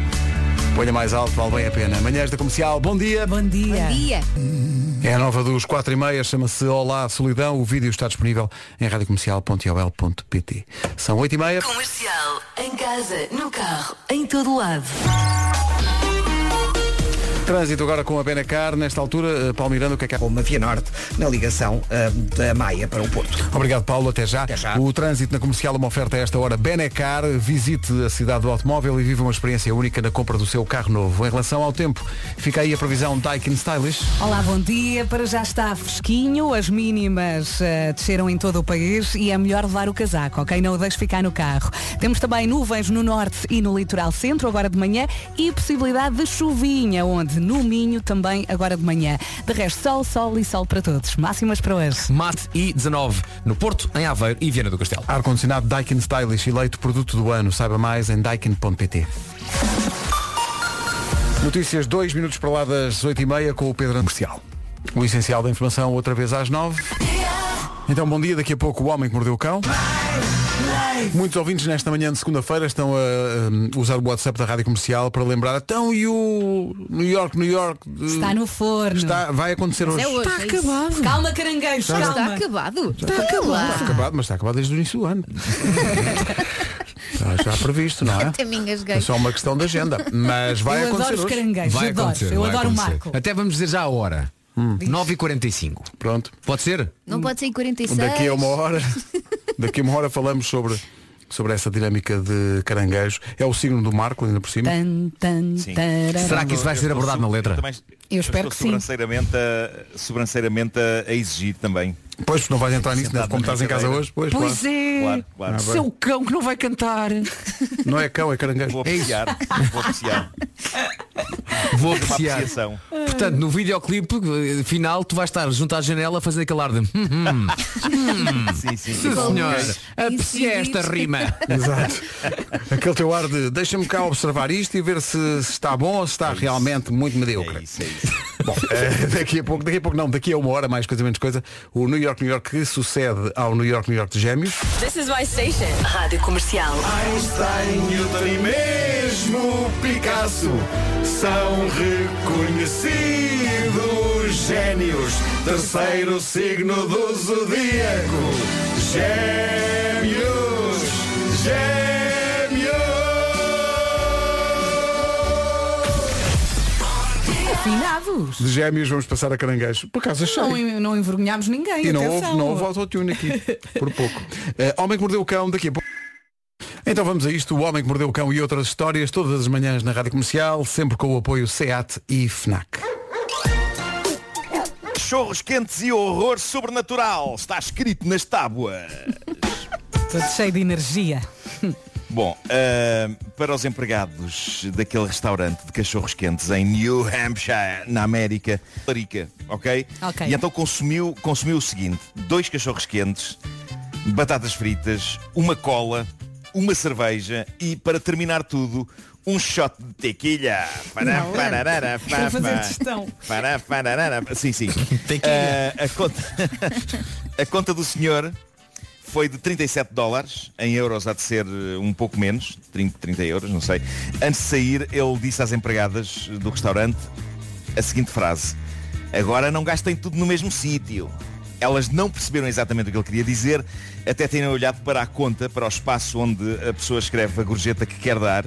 S1: Ponha mais alto, vale bem a pena. Manhãs da Comercial, bom dia.
S3: Bom dia.
S5: Bom dia.
S1: É a nova dos 4 e meia, chama-se Olá Solidão. O vídeo está disponível em radiocomercial.ol.pt. São 8 e meia.
S12: Comercial, em casa, no carro, em todo lado.
S1: Trânsito agora com a Benacar. Nesta altura, eh, Paulo Miranda, o que é que há?
S13: Com Mafia Norte, na ligação eh, da Maia para o Porto.
S1: Obrigado, Paulo. Até já. O trânsito na comercial, uma oferta a esta hora. Benecar, visite a cidade do automóvel e vive uma experiência única na compra do seu carro novo. Em relação ao tempo, fica aí a previsão Daikin Stylish.
S3: Olá, bom dia. Para já está fresquinho, as mínimas eh, desceram em todo o país e é melhor levar o casaco, ok? Não o deixe ficar no carro. Temos também nuvens no norte e no litoral centro, agora de manhã, e possibilidade de chuvinha, onde no Minho também agora de manhã. De resto, sol, sol e sol para todos. Máximas para hoje.
S9: Mate e 19 no Porto, em Aveiro e Viana do Castelo.
S1: Ar-condicionado Daikin Stylish, eleito produto do ano. Saiba mais em daikin.pt. Notícias dois minutos para lá das 8h30 com o Pedro Comercial. O essencial da informação outra vez às 9 Então bom dia, daqui a pouco o Homem que Mordeu o Cão. Muitos ouvintes nesta manhã de segunda-feira estão a hum, usar o WhatsApp da Rádio Comercial para lembrar, então e o New York, New York... eh,
S3: Está no forno.
S1: está- vai acontecer
S3: Mas
S1: hoje.
S3: é hoje,
S1: Está
S3: é isso. Calma, caranguejos,
S1: Já está.
S3: calma.
S1: Está
S5: acabado.
S1: Está acabado, está acabado, mas está acabado desde o início do ano. está já previsto, não é?
S5: Até me engasguei.
S1: É só uma questão de agenda. Mas vai
S5: Eu adoro
S1: acontecer.
S5: os
S1: hoje.
S5: caranguejos,
S9: Vai
S5: adoro.
S9: acontecer.
S5: Eu
S9: vai
S5: adoro o
S9: acontecer.
S5: Marco.
S9: Até vamos dizer já a hora. 9h45.
S1: Pronto. Um
S9: Pode ser?
S5: Não pode ser em 46.
S1: Daqui a uma hora, daqui a uma hora falamos sobre, sobre essa dinâmica de caranguejo. É o signo do Marco, ainda por cima.
S3: Tan, tan, tarará.
S2: Eu, também-
S3: Eu espero
S2: estou
S3: que sim.
S2: sobranceiramente a, sobranceiramente a, a exigir também.
S1: Pois, porque não vais entrar nisso, né? como estás em casa hoje. Pois,
S3: Pois é.
S2: Claro, claro.
S3: Seu cão que não vai cantar.
S1: Não é cão, é caranguejo.
S2: Vou
S1: É isso.
S2: apreciar, vou apreciar.
S9: Vou
S2: Uma
S9: apreciar.
S2: apreciação.
S9: Portanto, no videoclipe eh, final, tu vais estar junto à janela a fazer aquele ar de. hum, hum.
S2: Sim, sim.
S9: Sim, senhor. Aprecia esta rima.
S1: Exato. Aquele teu ar de deixa-me cá observar isto e ver se, se está bom ou se está realmente muito
S2: É
S1: medíocre. Bom, eh, daqui a pouco, daqui a pouco não, daqui a uma hora, mais coisa menos coisa, o New York, New York que sucede ao New York, New York de Gêmeos.
S12: This is my station. Rádio Comercial.
S1: Einstein, Newton e mesmo Picasso são reconhecidos gênios. Terceiro signo do zodíaco. Gêmeos,
S3: Afinados.
S1: De gêmeos vamos passar a caranguejo. Por acaso achei.
S3: Não, en- não envergonhámos ninguém.
S1: E não
S3: atenção.
S1: houve, não houve autotune aqui, por pouco. Eh, Homem que Mordeu o Cão, daqui a pouco. Então vamos a isto, O Homem que Mordeu o Cão e outras histórias, todas as manhãs na Rádio Comercial, sempre com o apoio SEAT e FNAC.
S2: Cachorros quentes e horror sobrenatural. Está escrito nas tábuas.
S3: Todo cheio de energia.
S2: Bom, ahm, para os empregados daquele restaurante de cachorros quentes em New Hampshire, na América, Larica, ok?
S3: Ok.
S2: E então consumiu, consumiu o seguinte, dois cachorros quentes, batatas fritas, uma cola, uma cerveja e, para terminar tudo, um shot de tequila. Pará,
S3: Não.
S2: pararara,
S3: Estou a
S2: pá,
S3: fazer
S2: pá.
S3: digestão.
S2: Pará, pararara, pá. Sim, sim. Ah, a, conta, a conta do senhor foi de 37 dólares, em euros há de ser eh, um pouco menos, 30, 30 euros, não sei. Antes de sair, ele disse às empregadas do restaurante a seguinte frase. Agora não gastem tudo no mesmo sítio. Elas não perceberam exatamente o que ele queria dizer, até terem olhado para a conta, para o espaço onde a pessoa escreve a gorjeta que quer dar,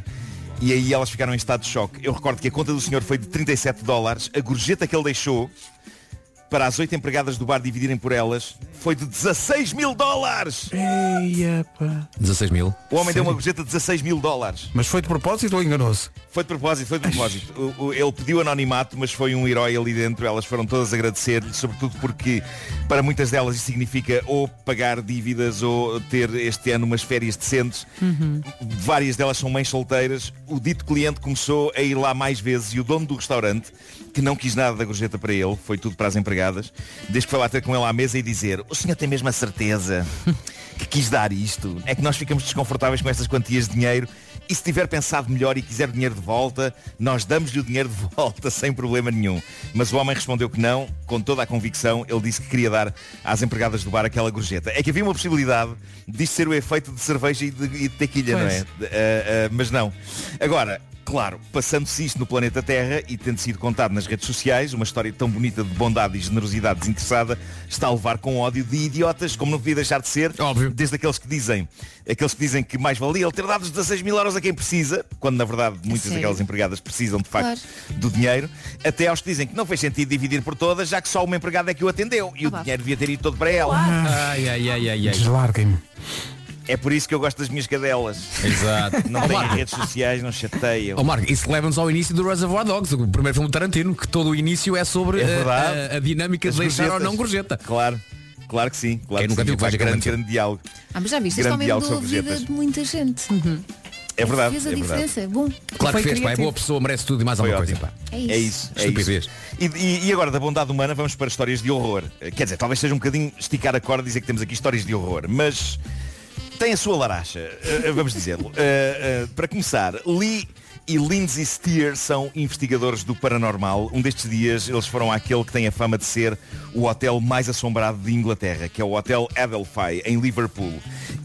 S2: e aí elas ficaram em estado de choque. Eu recordo que a conta do senhor foi de 37 dólares, a gorjeta que ele deixou para as oito empregadas do bar dividirem por elas foi de 16 mil dólares!
S9: 16 mil.
S2: O homem deu uma gorjeta de 16 mil dólares.
S1: Mas foi de propósito ou enganou-se?
S2: Foi de propósito, foi de propósito. O- o- ele pediu anonimato, mas foi um herói ali dentro. Elas foram todas agradecer-lhe, sobretudo porque para muitas delas isso significa ou pagar dívidas ou ter este ano umas férias decentes. Várias delas são mães solteiras. O dito cliente começou a ir lá mais vezes e o dono do restaurante, que não quis nada da gorjeta para ele, foi tudo para as empregadas, desde que foi lá ter com ele à mesa e dizer o senhor tem mesmo a certeza que quis dar isto? É que nós ficamos desconfortáveis com estas quantias de dinheiro e se tiver pensado melhor e quiser o dinheiro de volta, nós damos-lhe o dinheiro de volta sem problema nenhum. Mas o homem respondeu que não, com toda a convicção, ele disse que queria dar às empregadas do bar aquela gorjeta. É que havia uma possibilidade disto ser o efeito de cerveja e de, e de tequila, não é?
S14: Pois.
S2: Uh, uh, mas não. Agora,
S15: Claro, passando-se isto no planeta Terra e tendo sido contado nas redes sociais, uma história tão bonita de bondade e generosidade desinteressada está a levar com ódio de idiotas, como não podia deixar de ser, Óbvio. desde aqueles que dizem, aqueles que dizem que mais valia ele ter dado os 16 mil euros a quem precisa, quando na verdade muitas
S5: sério?
S15: daquelas empregadas precisam de facto do dinheiro, até aos que dizem que não fez sentido dividir por todas, já que só uma empregada é que o atendeu e o dinheiro devia ter ido todo para ela.
S9: Ai, ai, ai, ai, ai.
S1: Deslarguem-me.
S15: É por isso que eu gosto das minhas cadelas.
S9: Exato.
S15: Não
S9: Ó,
S15: têm
S9: Marco.
S15: redes sociais, não chateiam.
S9: Ó Marco, isso leva-nos ao início do Reservoir Dogs, o primeiro filme de Tarantino, que todo o início é sobre
S15: É
S9: eh,
S15: verdade.
S9: a, a dinâmica
S15: As
S9: de deixar ou
S15: gorjetas.
S9: não gorjeta.
S15: Claro, claro que sim. Claro
S9: Quem
S15: que
S9: nunca
S15: sim.
S9: viu
S15: E faz
S9: Vaga
S15: grande,
S9: Garantida?
S15: grande diálogo.
S5: Ah, mas já viste, este
S15: Grande
S5: homem
S15: diálogo
S5: mudou a
S15: sobre
S5: vida
S15: vegetas.
S5: de muita gente.
S15: É verdade.
S5: Fez a
S15: é verdade.
S5: diferença, é bom.
S9: Claro que fez, pá, é
S5: pai
S9: boa pessoa, merece tudo e mais alguma coisa. Pá.
S5: É
S15: É isso. é
S9: Estupidez.
S15: isso. E, e- e agora, da bondade humana, vamos para histórias de horror. Eh, Quer dizer, talvez seja um bocadinho esticar a corda e dizer que temos aqui histórias de horror, mas tem a sua laracha, eh, vamos dizê-lo. Eh, eh, para começar, Lee e Lindsay Steer são investigadores do paranormal. Um destes dias eles foram àquele que tem a fama de ser o hotel mais assombrado de Inglaterra, que é o Hotel Adelphi, em Liverpool.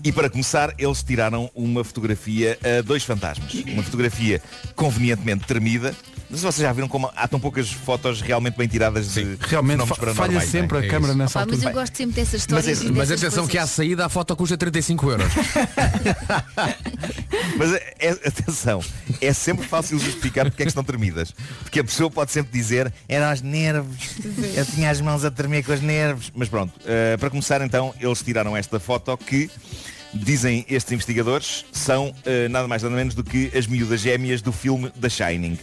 S15: E para começar, eles tiraram uma fotografia a dois fantasmas. Uma fotografia convenientemente tremida. Não sei se vocês já viram como há tão poucas fotos realmente bem tiradas de
S1: Realmente
S15: fenómenos
S1: fa- falha
S15: paranormais,
S1: sempre
S15: não
S1: a
S15: é? É
S1: câmara
S15: isso.
S1: nessa
S5: Pá, mas eu
S1: altura.
S5: gosto sempre dessas
S15: Mas
S5: histórias.
S15: é-
S5: e
S9: Mas
S5: dessas
S9: atenção
S5: coisas.
S9: que à saída a foto custa 35 euros.
S15: Mas é- é- atenção, é sempre fácil justificar porque é que estão tremidas. Porque a pessoa pode sempre dizer, era aos nervos, eu tinha as mãos a tremer com os nervos. Mas pronto, eh, para começar então, eles tiraram esta foto que, dizem estes investigadores, são eh, nada mais nada menos do que as miúdas gêmeas do filme The Shining.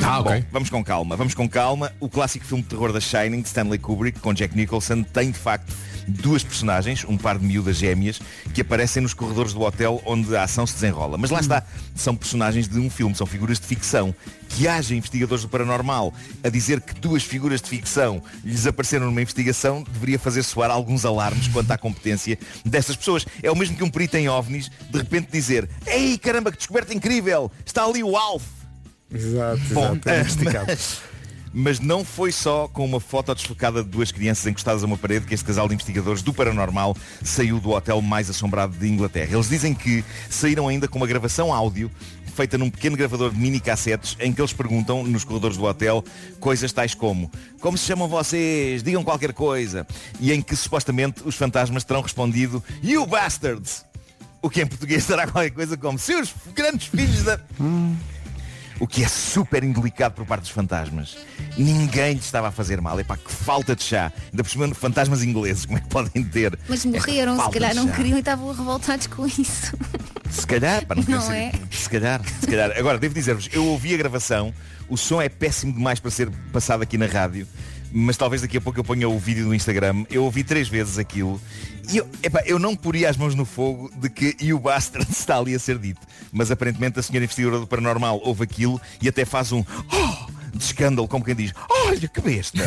S9: Ah,
S15: Bom,
S9: ok.
S15: vamos com calma, vamos com calma. O clássico filme de terror da Shining, de Stanley Kubrick, com Jack Nicholson, tem de facto duas personagens, um par de miúdas gêmeas, que aparecem nos corredores do hotel onde a ação se desenrola. Mas lá está, são personagens de um filme, são figuras de ficção. Que haja investigadores do paranormal a dizer que duas figuras de ficção lhes apareceram numa investigação deveria fazer soar alguns alarmes quanto à competência dessas pessoas. É o mesmo que um perito em OVNIs de repente dizer Ei, caramba, que descoberta incrível! Está ali o Alf!
S1: Exato,
S15: Bom,
S1: exato. é
S15: eh,
S1: esticado.
S15: mas, mas não foi só com uma foto desfocada de duas crianças encostadas a uma parede que este casal de investigadores do paranormal saiu do hotel mais assombrado de Inglaterra. Eles dizem que saíram ainda com uma gravação áudio feita num pequeno gravador de mini cassetes em que eles perguntam nos corredores do hotel coisas tais como como se chamam vocês, digam qualquer coisa e em que supostamente os fantasmas terão respondido You bastards! O que em português será qualquer coisa como seus grandes filhos da... O que é super indelicado por parte dos fantasmas. Ninguém lhe estava a fazer mal. Epá, que falta de chá. Ainda por cima, fantasmas ingleses, como é que podem ter?
S5: Mas
S15: Esta
S5: morreram, se
S15: falta
S5: calhar
S15: de
S5: não
S15: chá.
S5: queriam e estavam revoltados com isso.
S15: Se calhar, para não,
S5: Não
S15: ser-
S5: é?
S15: Se calhar, se calhar. Agora, devo dizer-vos, eu ouvi a gravação, o som é péssimo demais para ser passado aqui na rádio, mas talvez daqui a pouco eu ponha o vídeo no Instagram. Eu ouvi três vezes aquilo e eu, epá, eu não poria as mãos no fogo de que e o bastard está ali a ser dito. Mas aparentemente a senhora investigadora do paranormal ouve aquilo e até faz um "Oh!" de escândalo, como quem diz, olha que besta,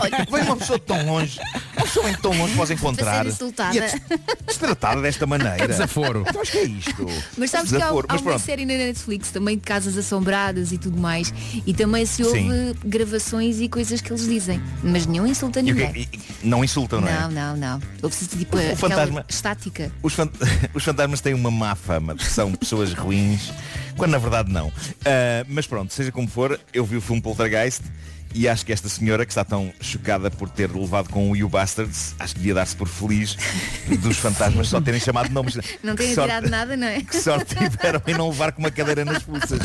S15: olha, vem uma pessoa de tão longe, uma pessoa em tão longe para os encontrar
S5: Para ser insultada.
S15: e a des- destratada desta maneira.
S9: Desaforo.
S15: Então, mas que é isto?
S5: Mas sabes
S15: Desaforo.
S5: que há, há
S15: Mas
S5: uma
S15: pronto.
S5: série na Netflix também de casas assombradas e tudo mais. E também se ouve
S15: Sim.
S5: gravações e coisas que eles dizem. Mas nenhum insulta
S15: E o que
S5: ninguém.
S15: é que- e- e- não insultam, não, é?
S5: não, não, não. Ouve-se tipo
S15: O- o
S5: aquela
S15: fantasma-
S5: estática.
S15: Os, fan- os fantasmas têm uma má fama, de que são pessoas ruins, quando na verdade não. Ah, mas pronto, seja como for, eu vi o filme Poltergeist e acho que esta senhora, que está tão chocada por ter levado com o You Bastards, acho que devia dar-se por feliz dos fantasmas só terem chamado nomes.
S5: Não
S15: Que
S5: têm
S15: sorte-
S5: tirado nada, não é?
S15: Que sorte tiveram em não levar com uma cadeira nas pulsas.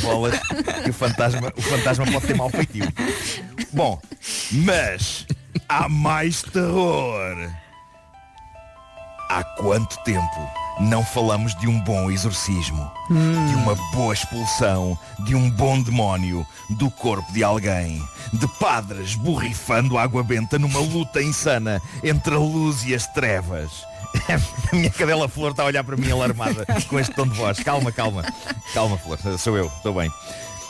S15: Bolas, que o fantasma, o fantasma pode ter mau feitio. Bom, mas há mais terror. Há quanto tempo não falamos de um bom exorcismo, de uma boa expulsão, de um bom demónio do corpo de alguém, de padres borrifando água benta numa luta insana entre a luz e as trevas? A minha cadela Flor está a olhar para mim alarmada com este tom de voz. Calma, calma. Calma, Flor. Sou eu. Estou bem.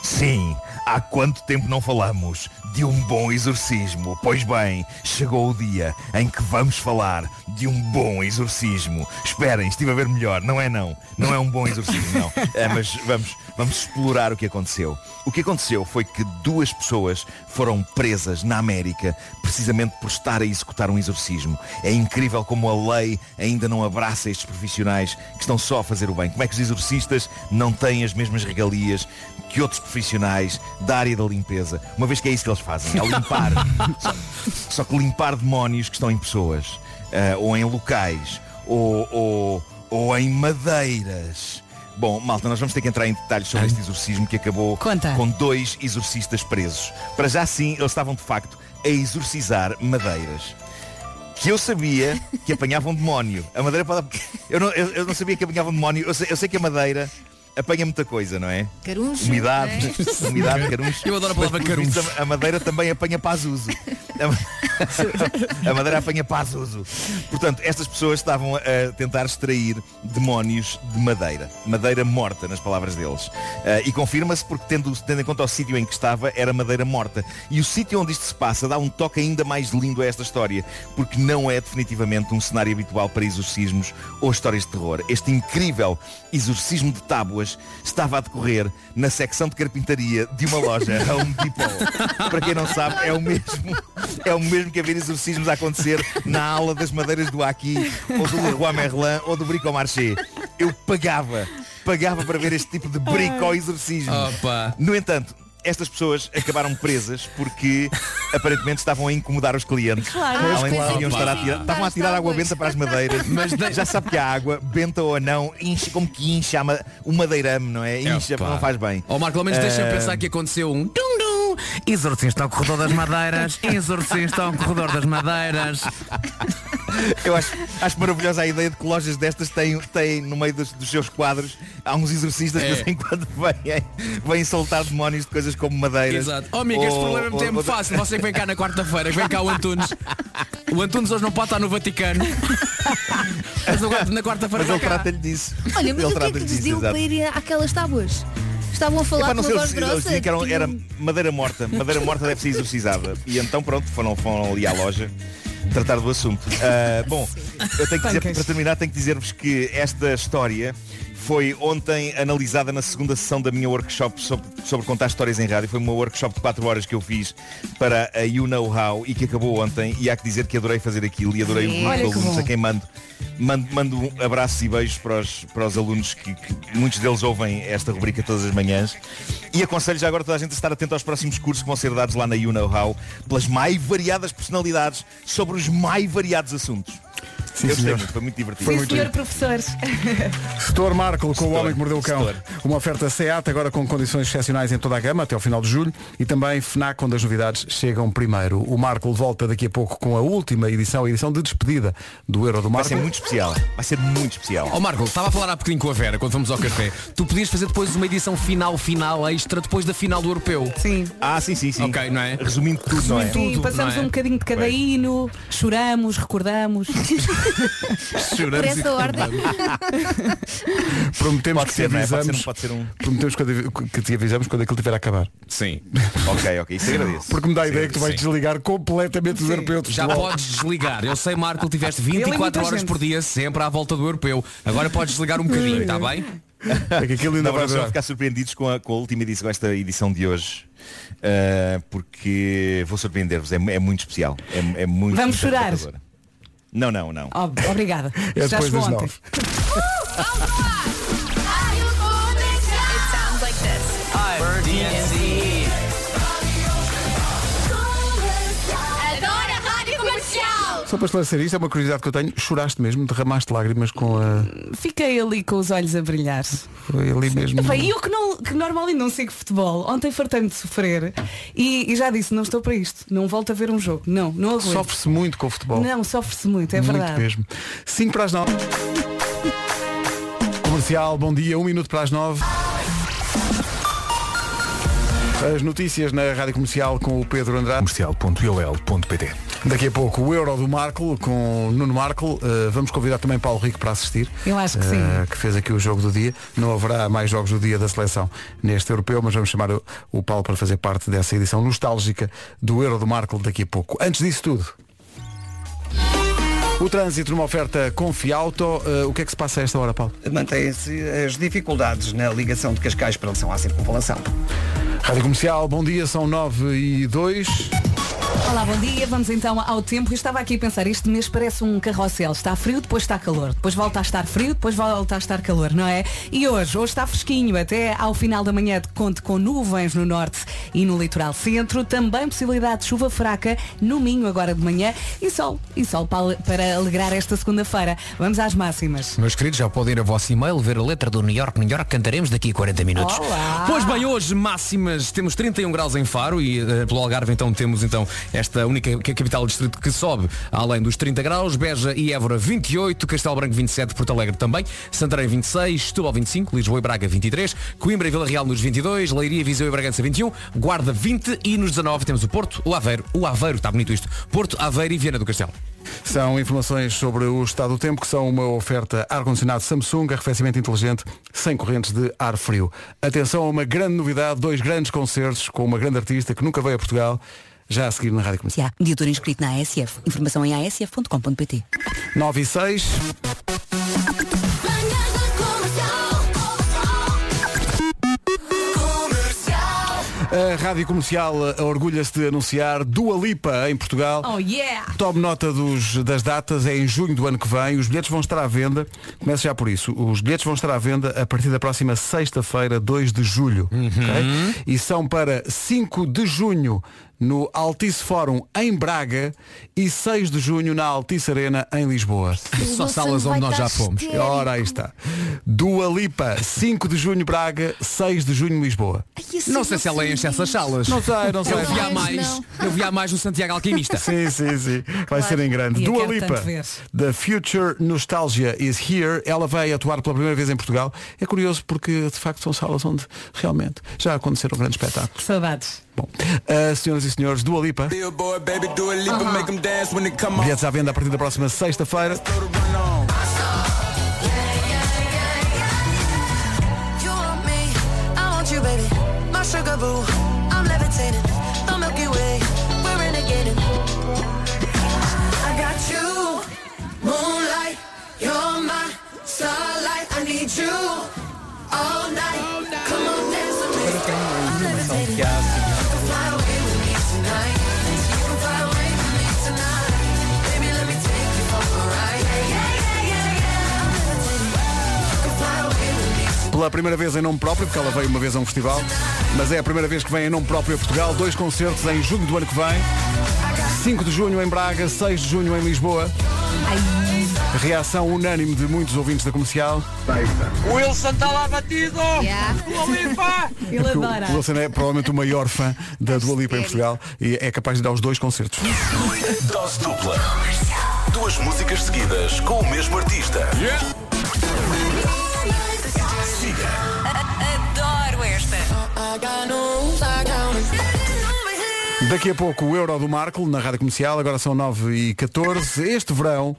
S15: Sim, Há quanto tempo não falamos de um bom exorcismo? Pois bem, chegou o dia em que vamos falar de um bom exorcismo. Esperem, estive a ver melhor. Não é não. Não é um bom exorcismo, não. É, mas vamos, vamos explorar o que aconteceu. O que aconteceu foi que duas pessoas foram presas na América precisamente por estar a executar um exorcismo. É incrível como a lei ainda não abraça estes profissionais que estão só a fazer o bem. Como é que os exorcistas não têm as mesmas regalias que outros profissionais da área da limpeza, uma vez que é isso que eles fazem, é limpar. só, só que limpar demónios que estão em pessoas, ah, ou em locais, ou, ou, ou em madeiras. Bom, malta, nós vamos ter que entrar em detalhes sobre este exorcismo que acabou com dois exorcistas presos. Para já sim, eles estavam de facto a exorcizar madeiras. Que eu sabia que apanhavam um demónio. A madeira pode. Eu não, eu, eu não sabia que apanhavam um demónio. Eu sei, eu sei que a madeira apanha muita coisa, não é?
S5: Caruncho,
S15: Umidade,
S5: não é?
S15: umidade, caruncho.
S9: Eu adoro a palavra
S15: Mas, pelos
S9: caruncho.
S15: vistos, A a madeira também apanha pazuzu. A ma- A madeira apanha pazuzu. Portanto, estas pessoas estavam a tentar extrair demónios de madeira. Madeira morta, nas palavras deles. Ah, e confirma-se porque, tendo, tendo em conta o sítio em que estava, era madeira morta. E o sítio onde isto se passa dá um toque ainda mais lindo a esta história, porque não é definitivamente um cenário habitual para exorcismos ou histórias de terror. Este incrível exorcismo de tábuas estava a decorrer na secção de carpintaria de uma loja Home Depot. Para quem não sabe, é o mesmo, é o mesmo que haver exorcismos a acontecer na ala das madeiras do Aqui, ou do Leroy Merlin, ou do Bricomarché. Eu pagava, pagava para ver este tipo de brico exorcismo.
S9: Opa.
S15: No entanto, estas pessoas acabaram presas porque aparentemente estavam a incomodar os clientes.
S5: Claro. Ah,
S15: Além de
S5: pois é,
S15: que iam
S5: pois
S15: estar a
S5: é.
S15: tirar, estavam a tirar água benta para as madeiras. Mas já sabe que a água, benta ou não, enche como que incha a ma- o madeirame, não é? Incha,
S9: Epá.
S15: não faz bem.
S9: Ó Marco, pelo menos deixa-me
S15: Ah,
S9: pensar que aconteceu um dum-dum. Exorcista ao corredor das madeiras, exorcista ao corredor das madeiras.
S15: Eu acho, acho maravilhosa a ideia de que lojas destas têm, têm no meio dos, dos seus quadros, há uns exorcistas
S9: É.
S15: que de vez em quando vêm, vêm soltar demónios de coisas como madeiras.
S9: Exato. Oh amigo, este
S15: Ou-
S9: problema
S15: ou-
S9: é muito
S15: ou-
S9: fácil. Você que vem cá na quarta-feira, que vem cá o Antunes. O Antunes hoje não pode estar no Vaticano. Mas no quarta- na quarta-feira
S15: Mas
S9: vem
S15: ele
S9: cá.
S15: trata-lhe disso.
S5: Olha, mas
S15: ele
S5: o que é que
S15: trata-lhe
S5: lhes
S15: disso,
S5: deu
S15: exato.
S5: para ir àquelas tábuas? Estavam a falar
S15: Epá,
S5: com
S15: não
S5: uma
S15: sei,
S5: voz
S15: eles, eles
S5: grossa?
S15: diziam que eram-
S5: Tinham-
S15: era madeira morta. Madeira morta deve ser exorcizada. E então pronto, foram, foram ali à loja tratar do assunto. Ah, bom, eu tenho que dizer, para terminar, tenho que dizer-vos que esta história foi ontem analisada na segunda sessão da minha workshop sobre, sobre contar histórias em rádio. Foi uma workshop de 4 horas que eu fiz para a You Know How e que acabou ontem. E há que dizer que adorei fazer aquilo e adorei o
S5: Sim.
S15: grupo
S5: Olha
S15: de
S5: que
S15: alunos
S5: bom.
S15: a quem mando. Mando, mando um abraço e beijos para os, para os alunos que, que muitos deles ouvem esta rubrica todas as manhãs. E aconselho já agora toda a gente a estar atento aos próximos cursos que vão ser dados lá na You Know How pelas mais variadas personalidades sobre os mais variados assuntos.
S1: Sim,
S15: Eu gostei
S1: senhor.
S15: muito, foi muito divertido.
S1: Foi
S3: Sim,
S1: muito
S3: senhor
S1: bem.
S3: professor.
S1: Setor Marco com o Homem que Mordeu o Cão. Uma oferta SEAT agora com condições excepcionais em toda a gama até ao final de julho e também FNAC onde as novidades chegam primeiro. O Marco volta daqui a pouco com a última edição, a edição de despedida do Euro do Marco.
S15: ser muito especial. Vai ser muito especial.
S9: Ó Marco, estava a falar há bocadinho com a Vera, quando fomos ao café. Tu podias fazer depois uma edição final, final, extra, depois da final do europeu.
S3: Sim.
S15: Ah, sim, sim, sim.
S9: Ok, não é?
S15: Resumindo tudo,
S9: não é?
S3: Sim, passamos um bocadinho de cada hino, choramos, recordamos.
S5: Por essa ordem.
S3: um-
S1: Prometemos
S15: Pode
S1: que
S15: ser,
S1: te
S15: não é? Pode
S1: avisamos.
S15: ser um- pode ser um-
S1: Prometemos que avi- que te avisamos quando aquilo tiver a acabar.
S9: Sim.
S15: ok, ok, isso agradeço.
S1: Porque me dá a
S15: Sim,
S1: ideia que tu vais
S9: sim.
S1: desligar completamente os europeus.
S9: Já podes desligar. Eu sei, Marco, tiveste
S1: Ele e
S9: 24
S1: muita
S9: horas
S1: gente.
S9: por dia sempre à volta do europeu. Agora podes desligar um bocadinho, está bem?
S1: É que aquilo ainda
S15: Na
S1: vai
S15: próxima
S1: durar.
S15: vão ficar surpreendidos com a, com a última edição, esta edição de hoje. Uh, porque vou surpreender-vos, é, é muito especial. É, é muito
S3: Vamos
S15: muito
S3: chorar?
S15: encantadora. Não, não, não.
S3: Ob- obrigada.
S15: É
S3: Já
S15: depois
S3: chegou
S15: das
S3: ontem.
S15: nove.
S10: It sounds like this.
S5: Adoro a rádio comercial!
S1: Só para esclarecer isto, é uma curiosidade que eu tenho. Choraste mesmo, derramaste lágrimas com a.
S3: Fiquei ali com os olhos a brilhar.
S1: Foi ali mesmo.
S3: Epá, e eu que, não, que normalmente não sigo futebol, ontem fartei-me de sofrer e, e já disse, não estou para isto, não volto a ver um jogo. Não, não aguento.
S1: Sofre-se muito com o futebol.
S3: Não, sofre-se muito, é
S1: muito
S3: verdade.
S1: mesmo. 5 para as 9. Comercial, bom dia, 1 um minuto para as 9. As notícias na Rádio Comercial com o Pedro Andrade.
S16: Comercial.iol.pt
S1: Daqui a pouco o Euro do Marco com o Nuno Marco. Uh, vamos convidar também Paulo Rico para assistir.
S3: Eu acho que sim.
S1: Uh, que fez aqui o jogo do dia. Não haverá mais jogos do dia da seleção neste europeu, mas vamos chamar o, o Paulo para fazer parte dessa edição nostálgica do Euro do Marco daqui a pouco. Antes disso tudo. O trânsito numa oferta Confiauto, uh, o que é que se passa a esta hora, Paulo?
S2: Mantêm-se as dificuldades na ligação de Cascais para São à circunvalação.
S1: Rádio Comercial, bom dia, são 9 e 2.
S3: Olá, bom dia. Vamos então ao tempo. Eu estava aqui a pensar, este mês parece um carrossel. Está frio, depois está calor. Depois volta a estar frio, depois volta a estar calor, não é? E hoje, hoje está fresquinho. Até ao final da manhã conte com nuvens no norte e no litoral centro. Também possibilidade de chuva fraca no Minho agora de manhã. E sol, e sol pa- para alegrar esta segunda-feira. Vamos às máximas.
S16: Meus queridos, já podem ir a vosso e-mail ver a letra do New York, New York, cantaremos daqui a 40 minutos.
S3: Olá!
S9: Pois bem, hoje máximas temos 31 graus em Faro e eh, pelo Algarve então temos então esta única ca- capital do distrito que sobe além dos 30 graus, Beja e Évora 28, Castelo Branco 27, Porto Alegre também, Santarém 26, Setúbal 25, Lisboa e Braga 23, Coimbra e Vila Real nos 22, Leiria, Viseu e Bragança 21, Guarda 20 e nos 19 temos o Porto, o Aveiro, o Aveiro, está bonito isto, Porto, Aveiro e Viana do Castelo.
S1: São informações sobre o estado do tempo que são uma oferta ar-condicionado Samsung, arrefecimento inteligente, sem correntes de ar frio. Atenção a uma grande novidade, dois grandes concertos com uma grande artista que nunca veio a Portugal, já a seguir na Rádio Comercial.
S17: Editor inscrito na ASF. Informação em asf.com.pt.
S1: 9 e 6. A Rádio Comercial eh, orgulha-se de anunciar Dua Lipa em Portugal.
S3: Oh yeah!
S1: Tome nota dos- das datas, é em junho do ano que vem. Os bilhetes vão estar à venda, começo já por isso, os bilhetes vão estar à venda a partir da próxima sexta-feira, 2 de julho.
S9: Uhum.
S1: ok? E são para 5 de junho no Altice Fórum em Braga e 6 de junho na Altice Arena em Lisboa.
S9: O Só salas Gonçalo onde vai nós estar já fomos. histérico.
S1: Ora, aí está. Dua Lipa, 5 de junho Braga, 6 de junho Lisboa.
S9: Não sei se ela enche essas salas.
S1: Não sei, não sei.
S9: Eu vi há
S1: Não,
S9: mais,
S1: não.
S9: eu vi há mais no Santiago Alquimista.
S1: Sim, sim, sim. Vai ser em grande.
S9: E eu
S1: Dua
S9: quero
S1: Lipa,
S9: tanto ver.
S1: The Future Nostalgia is Here. Ela vai atuar pela primeira vez em Portugal. É curioso porque, de facto, são salas onde realmente já aconteceram grandes espetáculos.
S3: Saudades.
S1: Bom, ah, senhoras e senhores, Dua Lipa. Bilhetes à venda a partir da próxima sexta-feira.
S10: You want me, I want you, baby. My sugar boo, I'm levitating. The Milky Way, we're renegading. I got you, moonlight. You're my starlight. I need you all night. Come on, dance with me. I'm levitating. You can fly away with me tonight. You can fly away with me tonight. Baby, let me take you for a ride. Yeah, yeah, yeah, yeah. I'm levitating. You can fly away with me
S1: Pela primeira vez em nome próprio, porque ela veio uma vez a um festival, mas é a primeira vez que vem em nome próprio a Portugal. Dois concertos em junho do ano que vem. 5 de junho em Braga, 6 de junho em Lisboa. Reação unânime de muitos ouvintes da comercial.
S18: O Wilson está lá batido!
S1: É porque o- O Wilson é provavelmente o maior fã da Dua Lipa em Portugal e é capaz de dar os dois concertos.
S7: Dose dupla. Duas músicas seguidas com o mesmo artista.
S10: Adoro esta.
S1: Daqui a pouco o Euro do Marco na Rádio Comercial, agora são 9 e 14 Este verão,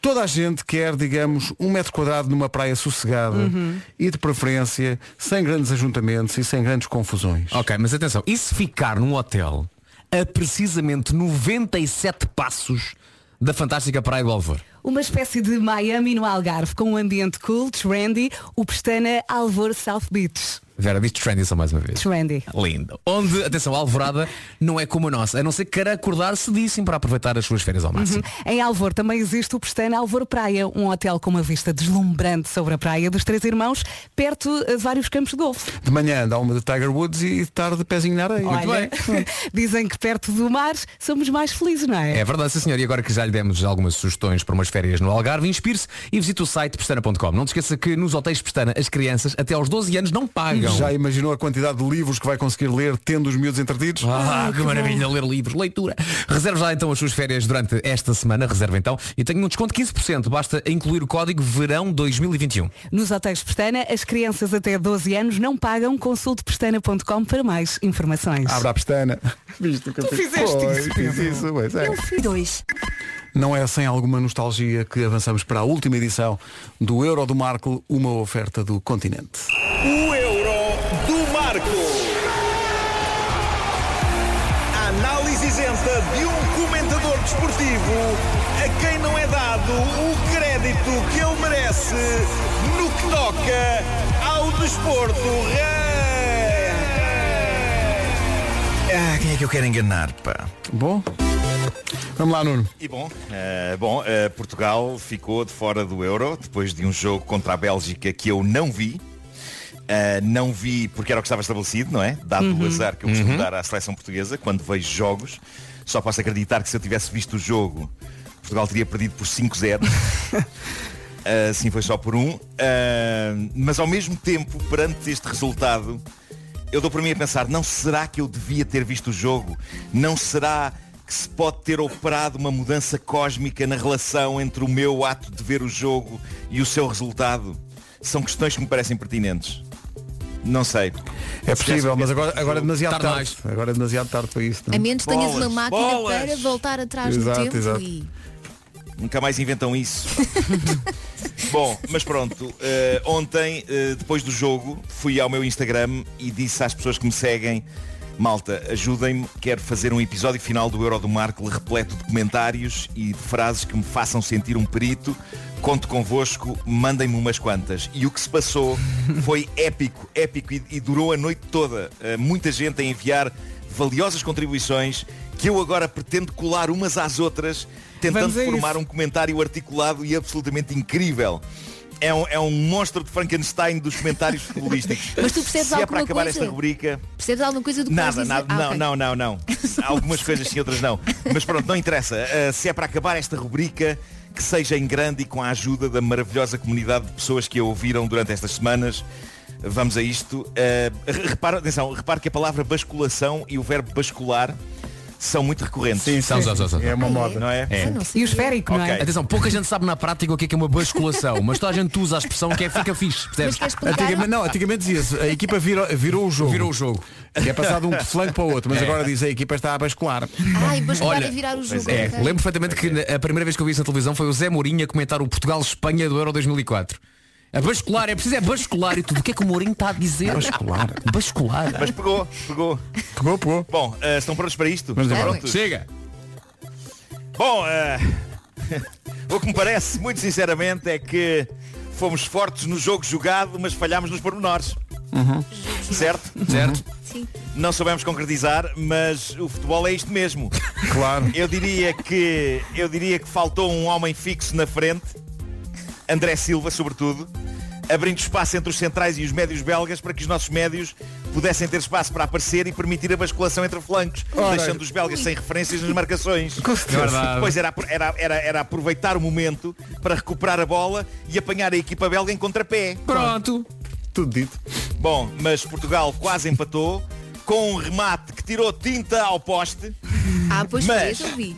S1: toda a gente quer, digamos, um metro quadrado numa praia sossegada
S9: Uhum.
S1: e de preferência sem grandes ajuntamentos e sem grandes confusões.
S9: Ok, mas atenção, e se ficar num hotel a precisamente 97 passos da fantástica Praia do Alvor?
S3: Uma espécie de Miami no Algarve, com um ambiente cool, trendy, o Pestana Alvor South Beach.
S9: Vera, diz trendy só mais uma vez.
S3: Trendy.
S9: Lindo. Onde, atenção, a alvorada não é como a nossa, a não ser que queira acordar cedíssimo para aproveitar as suas férias ao máximo.
S3: Uhum. Em Alvor também existe o Pestana Alvor Praia, um hotel com uma vista deslumbrante sobre a praia dos Três Irmãos, perto de vários campos de golfe.
S1: De manhã dá uma de Tiger Woods e de tarde pezinho na areia.
S3: Olha, dizem que perto do mar somos mais felizes, não é?
S9: É verdade, sim senhor, e agora que já lhe demos algumas sugestões para umas férias no Algarve, inspire-se e visite o site pestana.com. Não se esqueça que nos hotéis Pestana as crianças até aos 12 anos não pagam. Famalicão.
S1: Já imaginou a quantidade de livros que vai conseguir ler tendo os miúdos entretidos?
S9: Ah, que, maravilha, ler livros, leitura. Reserve já então as suas férias durante esta semana, reserva então, e tenho um desconto de 15%, basta incluir o código verão 2021.
S3: Nos hotéis Pestana, as crianças até 12 anos não pagam. Consulte pestana.com para mais informações.
S1: Abra a pestana. Viste o que eu
S3: Tu
S1: fiz?
S3: fizeste
S1: Pois, fiz
S3: isso, Pedro.
S1: isso, pois é.
S3: Eu fiz dois.
S1: Não é sem alguma nostalgia que avançamos para a última edição do Euro do Marco, uma oferta do continente.
S10: O euro do Marco.
S15: Análise isenta de um comentador desportivo a quem não é dado o crédito que ele merece no que toca ao desporto.
S19: Ah, quem é que eu quero enganar, pá?
S1: Bom. Vamos lá, Nuno.
S15: E bom, eh, bom eh, Portugal ficou de fora do Euro depois de um jogo contra a Bélgica que eu não vi. Eh, não vi porque era o que estava estabelecido, não é? Dado o
S20: Uhum.
S15: azar que eu costumo
S20: Uhum.
S15: dar à seleção portuguesa quando vejo jogos. Só posso acreditar que se eu tivesse visto o jogo, Portugal teria perdido por 5-0. Eh, Sim, foi só por um. Eh, mas ao mesmo tempo, perante este resultado, eu dou para mim a pensar, não será que eu devia ter visto o jogo? Não será que se pode ter operado uma mudança cósmica na relação entre o meu ato de ver o jogo e o seu resultado? São questões que me parecem pertinentes. Não sei.
S1: É possível, mas agora, agora é demasiado tarde.
S15: Tarde
S1: Agora é demasiado tarde para isto. não é?
S4: A menos que tenhas uma
S15: Bolas,
S4: máquina
S15: bolas.
S4: para voltar atrás
S15: Exato,
S4: no tempo
S15: exato.
S4: e
S15: Nunca mais inventam isso. Bom, mas pronto, eh, ontem, eh, depois do jogo, fui ao meu Instagram e disse às pessoas que me seguem, malta, ajudem-me, quero fazer um episódio final do Euro do Marco repleto de comentários e de frases que me façam sentir um perito. Conto convosco, mandem-me umas quantas. E o que se passou foi épico, épico e, e durou a noite toda. Eh, muita gente a enviar valiosas contribuições que eu agora pretendo colar umas às outras, tentando
S20: Vamos a
S15: formar
S20: isso.
S15: um comentário articulado e absolutamente incrível. É um, é um monstro de Frankenstein dos comentários futebolísticos.
S4: Mas tu percebes
S15: Se é para
S4: alguma
S15: acabar
S4: coisa?
S15: esta rubrica.
S4: percebes alguma coisa do que
S15: Nada,
S4: vais
S15: nada,
S4: dizer? Ah,
S15: não,
S4: ok.
S15: não, não, não. Algumas coisas sim, outras não. Mas pronto, não interessa. Ah, se é para acabar esta rubrica, que seja em grande e com a ajuda da maravilhosa comunidade de pessoas que a ouviram durante estas semanas. Vamos a isto. Ah, re- repara, atenção, repare que a palavra basculação e o verbo bascular são muito recorrentes. Sim,
S9: são, são, são, são. É uma moda.
S15: Não é?
S3: E o esférico, não é?
S9: Atenção, pouca gente sabe na prática o que é, que é uma basculação, mas toda a gente usa a expressão que é fica fixe,
S1: Mas
S9: percebes?
S1: queres explicar? Antigamente- não, antigamente dizia-se, a equipa virou, virou o jogo.
S9: Virou o jogo.
S1: E é passado um flanco para o outro, mas agora diz a equipa está a bascular.
S4: Ai, bascular é virar o jogo.
S9: É,
S4: ok.
S9: lembro perfeitamente que na- a primeira vez que eu vi isso na televisão foi o Zé Mourinho a comentar o Portugal-Espanha do Euro 2004. A bascular, é preciso é bascular e tudo. O que é que o Mourinho está a dizer? Bascular. Bascular.
S15: Mas pegou, pegou.
S1: Pegou, pegou.
S15: Bom, eh, estão prontos para isto?
S9: Vamos embora.
S15: Prontos?
S9: Chega.
S15: Bom, eh, o que me parece, muito sinceramente, é que fomos fortes no jogo jogado, mas falhámos nos pormenores. Certo? Certo. Não soubemos concretizar, mas o futebol é isto mesmo.
S1: Claro.
S15: Eu diria que eu diria que faltou um homem fixo na frente, André Silva sobretudo, abrindo espaço entre os centrais e os médios belgas para que os nossos médios pudessem ter espaço para aparecer e permitir a basculação entre flancos,
S20: Ora.
S15: deixando os belgas sem referências nas marcações.
S20: Com certeza. Verdade.
S15: Depois era, apro- era- era- era aproveitar o momento para recuperar a bola e apanhar a equipa belga em contrapé.
S9: Pronto.
S1: Tudo dito.
S15: Bom, mas Portugal quase empatou com um remate que tirou tinta ao poste.
S4: Ah, pois
S15: mas
S4: fez, eu vi.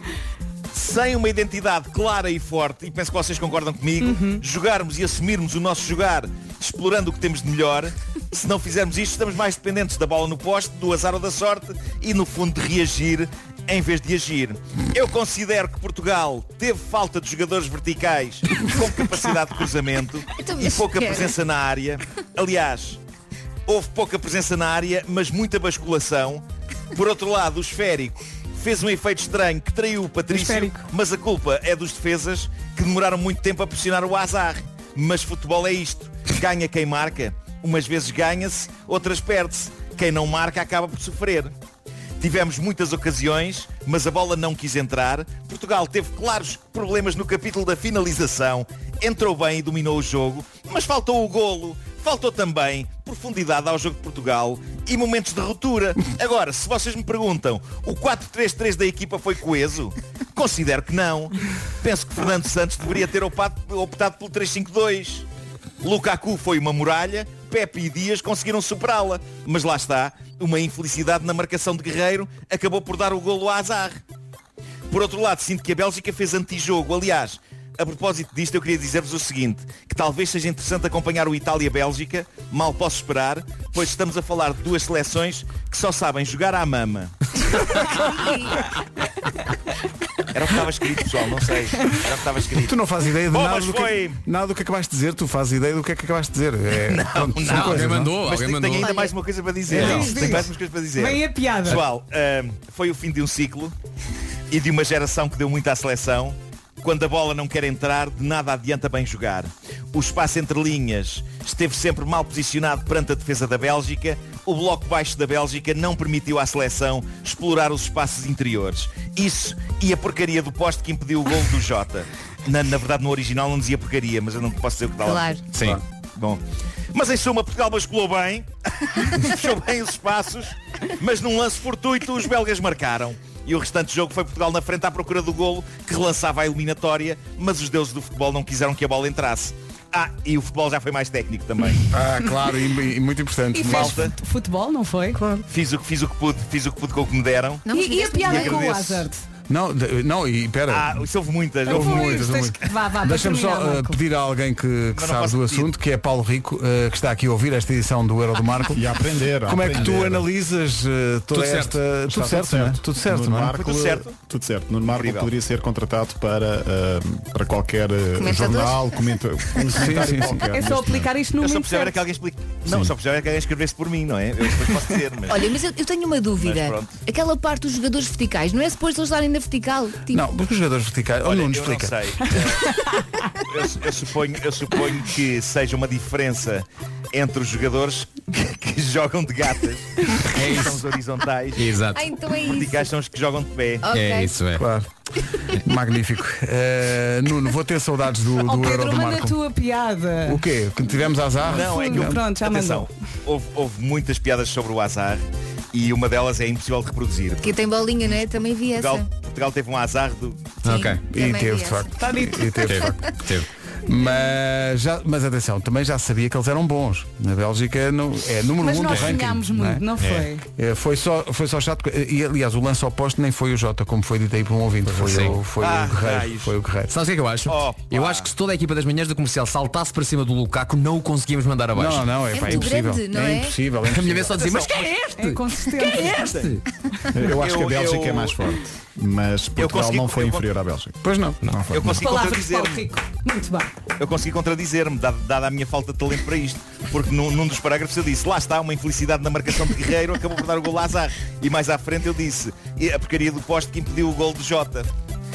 S15: sem uma identidade clara e forte, e penso que vocês concordam comigo, jogarmos e assumirmos o nosso jogar explorando o que temos de melhor, se não fizermos isto, estamos mais dependentes da bola no poste, do azar ou da sorte e, no fundo, de reagir em vez de agir. Eu considero que Portugal teve falta de jogadores verticais com capacidade de cruzamento
S20: Então,
S15: e
S20: mas
S15: pouca
S20: quero.
S15: presença na área. Aliás, houve pouca presença na área, mas muita basculação. Por outro lado, o esférico fez um efeito estranho que traiu o Patrício, mas a culpa é dos defesas que demoraram muito tempo a pressionar o azar. Mas futebol é isto. Ganha quem marca. Umas vezes ganha-se, outras perde-se. Quem não marca acaba por sofrer. Tivemos muitas ocasiões, mas a bola não quis entrar. Portugal teve claros problemas no capítulo da finalização. Entrou bem e dominou o jogo, mas faltou o golo. Faltou também profundidade ao jogo de Portugal e momentos de ruptura. Agora, se vocês me perguntam, o 4-3-3 da equipa foi coeso? Considero que não. Penso que Fernando Santos deveria ter optado, optado pelo 3-5-2. Lukaku foi uma muralha, Pepe e Dias conseguiram superá-la. Mas lá está, uma infelicidade na marcação de Guerreiro acabou por dar o golo a azar. Por outro lado, sinto que a Bélgica fez antijogo. Aliás, a propósito disto, eu queria dizer-vos o seguinte, que talvez seja interessante acompanhar o Itália-Bélgica, mal posso esperar, pois estamos a falar de duas seleções que só sabem jogar à mama. Era o que estava escrito, pessoal, não sei. Era o que estava escrito.
S1: Tu não fazes ideia de
S15: Bom,
S1: nada,
S15: mas
S1: do
S15: foi-
S1: que, nada do que acabaste de dizer, tu fazes ideia do que é que acabaste de dizer. É, pronto, são coisas, não?
S15: Mas tenho- tenho ainda mais uma coisa para dizer.
S1: Então,
S15: Tenho
S1: diz.
S15: mais umas coisas para dizer.
S1: Vem a piada.
S15: Pessoal, ahm, foi o fim de um ciclo e de uma geração que deu muito à seleção. Quando a bola não quer entrar, de nada adianta bem jogar. O espaço entre linhas esteve sempre mal posicionado perante a defesa da Bélgica. O bloco baixo da Bélgica não permitiu à seleção explorar os espaços interiores. Isso e a porcaria do poste que impediu o gol do Jota. Na, na verdade, no original não dizia porcaria, mas eu não posso dizer o que está lá.
S10: Claro.
S15: Sim. Bom. Mas em suma, Portugal basculou bem, fechou bem os espaços, mas num lance fortuito os belgas marcaram. E o restante jogo foi Portugal na frente à procura do golo, que relançava a eliminatória, mas os deuses do futebol não quiseram que a bola entrasse. Ah, e o futebol já foi mais técnico também.
S1: Ah, claro, e, e muito importante.
S3: E fez
S15: Malta,
S3: fut- futebol, não foi? Claro.
S15: fiz o, que- fiz o que pude, fiz o que pude com o que me deram.
S3: e, e a piada com o
S15: Agradeço.
S3: Hazard?
S1: Não, de- não, e pera.
S15: Ah, isso houve muitas.
S1: Houve
S15: Pois,
S1: muitas, houve
S15: tens
S1: muitas.
S3: que- vá, vá, para
S1: Deixa-me só
S3: terminar,
S1: uh,
S3: Marco.
S1: pedir a alguém que, que
S15: não
S1: sabe
S15: posso
S1: do
S15: pedir.
S1: assunto, que é Paulo Rico, uh, que está aqui a ouvir esta edição do Euro do Marco.
S20: E a aprender, a
S1: Como é que tu
S20: aprender.
S1: analisas uh, toda
S20: Tudo certo.
S1: esta.
S20: Está
S1: Tudo certo, não é? Tudo certo,
S20: Nuno
S1: não é?
S20: Marco,
S1: Tudo certo.
S20: Tudo certo. Nuno Marco
S1: Incrível.
S20: poderia ser contratado para, ah, para qualquer ah,
S3: Comentador.
S20: jornal, comenta, um comentário qualquer.
S3: É só aplicar isto no
S15: Eu só
S3: momento
S15: precisava era
S3: certo.
S15: que alguém explique. Não, só precisava era que alguém escrevesse por mim, não é? Eu depois posso dizer, mas.
S5: Olha, mas eu, eu tenho uma dúvida.
S15: Mas pronto.
S5: Aquela parte dos jogadores verticais, não é suposto eles estarem na vertical? Tipo,
S1: Não, porque os jogadores verticais. Olha, não
S15: eu
S1: explica.
S15: não sei. Eh, eu, eu suponho, eu suponho que seja uma diferença entre os jogadores que, que jogam de
S20: É
S15: gatas, que são os horizontais.
S9: Exato.
S5: Ah, então é
S15: Os verticais são os que jogam de pé.
S20: Oh,
S5: Ok. É isso,
S9: é.
S1: Claro. Magnífico. Uh, Nuno, vou ter saudades do,
S3: Oh,
S1: do Euro
S3: Pedro,
S1: do
S3: manda a
S1: Marco.
S3: tua piada.
S1: O quê? Que tivemos azar?
S15: Não, é que eu-
S3: Pronto, já
S15: atenção, houve, houve muitas piadas sobre o azar e uma delas é impossível de reproduzir.
S5: que tem bolinha, não é? Também vi essa.
S15: Portugal, Portugal teve um azar do.
S1: Ok. E
S5: também
S1: teve, de
S5: vi
S1: facto.
S5: essa.
S3: Tá dito.
S1: E teve, de facto. Mas, já, mas atenção, também já sabia que eles eram bons. Na Bélgica não, é número
S3: Mas
S1: um
S3: nós
S1: do ranking.
S3: ganhámos muito, não foi?
S1: É, foi, só, foi só chato. que- E aliás, o lance oposto nem foi o Jota, como foi dito aí por um ouvinte. Foi,
S9: Sim.
S1: o, foi
S9: Ah,
S1: o Guerreiro.
S9: raios.
S1: Foi o Guerreiro.
S9: Sabes o que é que eu acho? eu acho que se toda a equipa das manhãs da comercial saltasse para cima do Lukaku, não o conseguíamos mandar abaixo.
S1: Não, não, é, É pá, é muito impossível. grande, não É é? impossível, é
S9: A minha
S1: impossível.
S9: vez só dizia, mas quem é
S3: este? É consistente.
S9: Quem é este?
S20: Eu acho que a
S15: Eu-
S20: Bélgica
S15: eu-
S20: é mais forte. Mas Portugal
S15: consegui-
S20: não foi
S15: eu-
S20: inferior à Bélgica.
S1: Pois não.
S20: não foi.
S15: Eu consegui
S3: Palavras de
S15: contradizer.
S3: Paulo Rico. Muito bem.
S15: Eu consegui contradizer-me, dada, dada a minha falta de talento para isto, porque num, num dos parágrafos eu disse, lá está uma infelicidade na marcação de Guerreiro, acabou por dar o gol a azar. E mais à frente eu disse, "E a porcaria do poste que impediu o gol do Jota.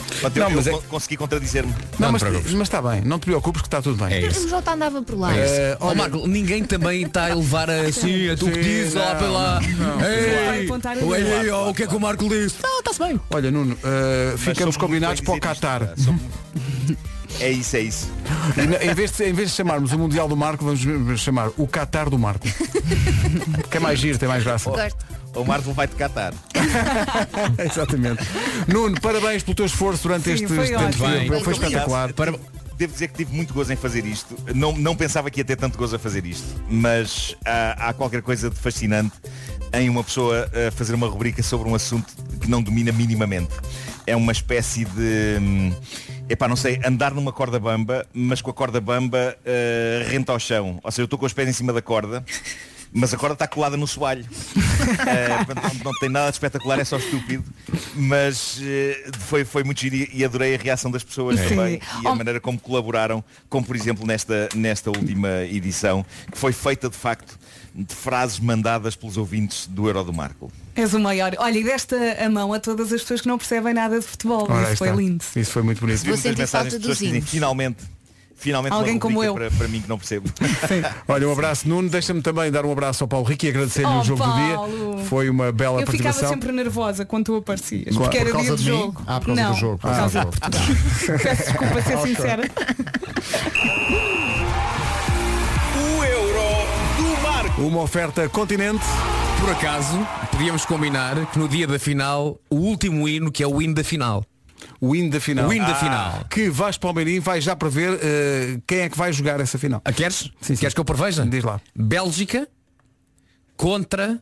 S15: Portanto, eu-
S1: Não,
S15: eu,
S1: mas é
S15: con- consegui contradizer-me.
S1: Não, mas, mas está bem, não te preocupes que está tudo bem.
S5: O Jota andava por lá.
S9: É, oh, Marco, ninguém também está a levar assim a tu
S1: Eh,
S9: que
S1: Sim,
S9: dizes lá
S1: não,
S9: para lá.
S1: não, não. Vai
S9: Ei,
S1: apontar a
S9: olha
S1: mim.
S9: aí, ó, o que é que o Marco disse? Não, está-se bem.
S1: Olha, Nuno, uh, ficamos
S15: soube muito
S1: combinados para
S15: bem Ah,
S1: o Qatar.
S15: É isso, é isso.
S1: E na- em, vez de, em vez de chamarmos o Mundial do Marco, vamos chamar o Qatar do Marco. que é mais giro, tem mais graça.
S15: O Marco vai te catar.
S1: Exatamente. Nuno, parabéns pelo teu esforço durante este, este tempo. Foi, espetacular.
S15: Para... Devo dizer que tive muito gozo em fazer isto. Não, não pensava que ia ter tanto gozo a fazer isto. Mas ah, há, há qualquer coisa de fascinante em uma pessoa eh, fazer uma rubrica sobre um assunto que não domina minimamente. É uma espécie de. hum, Epá, não sei, andar numa corda bamba, mas com a corda bamba eh, renta ao chão. Ou seja, eu estou com os pés em cima da corda, mas a corda está colada no soalho. Eh, portanto, não, não tem nada de espetacular, é só estúpido. Mas eh, foi, foi muito giro e- e adorei a reação das pessoas
S3: Sim.
S15: também e a
S3: Oh.
S15: maneira como colaboraram, como por exemplo nesta, nesta última edição, que foi feita de facto de frases mandadas pelos ouvintes do Euro do Marco.
S3: És o maior. Olha, e desta a mão a todas as pessoas que não percebem nada de futebol.
S1: Ah,
S15: Ora,
S3: Isso
S15: aí
S3: foi
S15: está.
S3: lindo.
S1: Isso foi muito bonito.
S15: Recebi muitas mensagens de pessoas que dizem, finalmente, finalmente uma
S3: Alguém como
S15: rubrica Para, para mim que não percebo.
S1: Olha, um abraço, Nuno. Deixa-me também dar um abraço ao Paulo Rico e agradecer-lhe
S3: Oh,
S1: o jogo do
S3: Paulo.
S1: dia. Foi uma bela
S3: Eu ficava
S1: participação.
S3: sempre nervosa quando tu aparecias.
S1: Claro.
S3: Porque
S1: Por
S3: era
S1: causa
S3: dia de
S1: de mim?
S3: jogo.
S1: Ah, por causa
S3: não,
S1: do jogo.
S3: Por
S1: Ah,
S3: causa de
S1: ok.
S3: Portugal. Peço desculpa ser
S1: Ok.
S3: sincera.
S10: O euro do mar.
S1: Uma oferta continente.
S9: Por acaso, podíamos combinar que no dia da final, o último hino, que é o hino da final.
S1: O hino da final. Ah,
S9: O hino da final.
S1: Que vais para o Meirinho, vais já prever eh, quem é que vai jogar essa final.
S9: Ah, queres? Queres que eu preveja?
S1: Diz lá.
S9: Bélgica contra.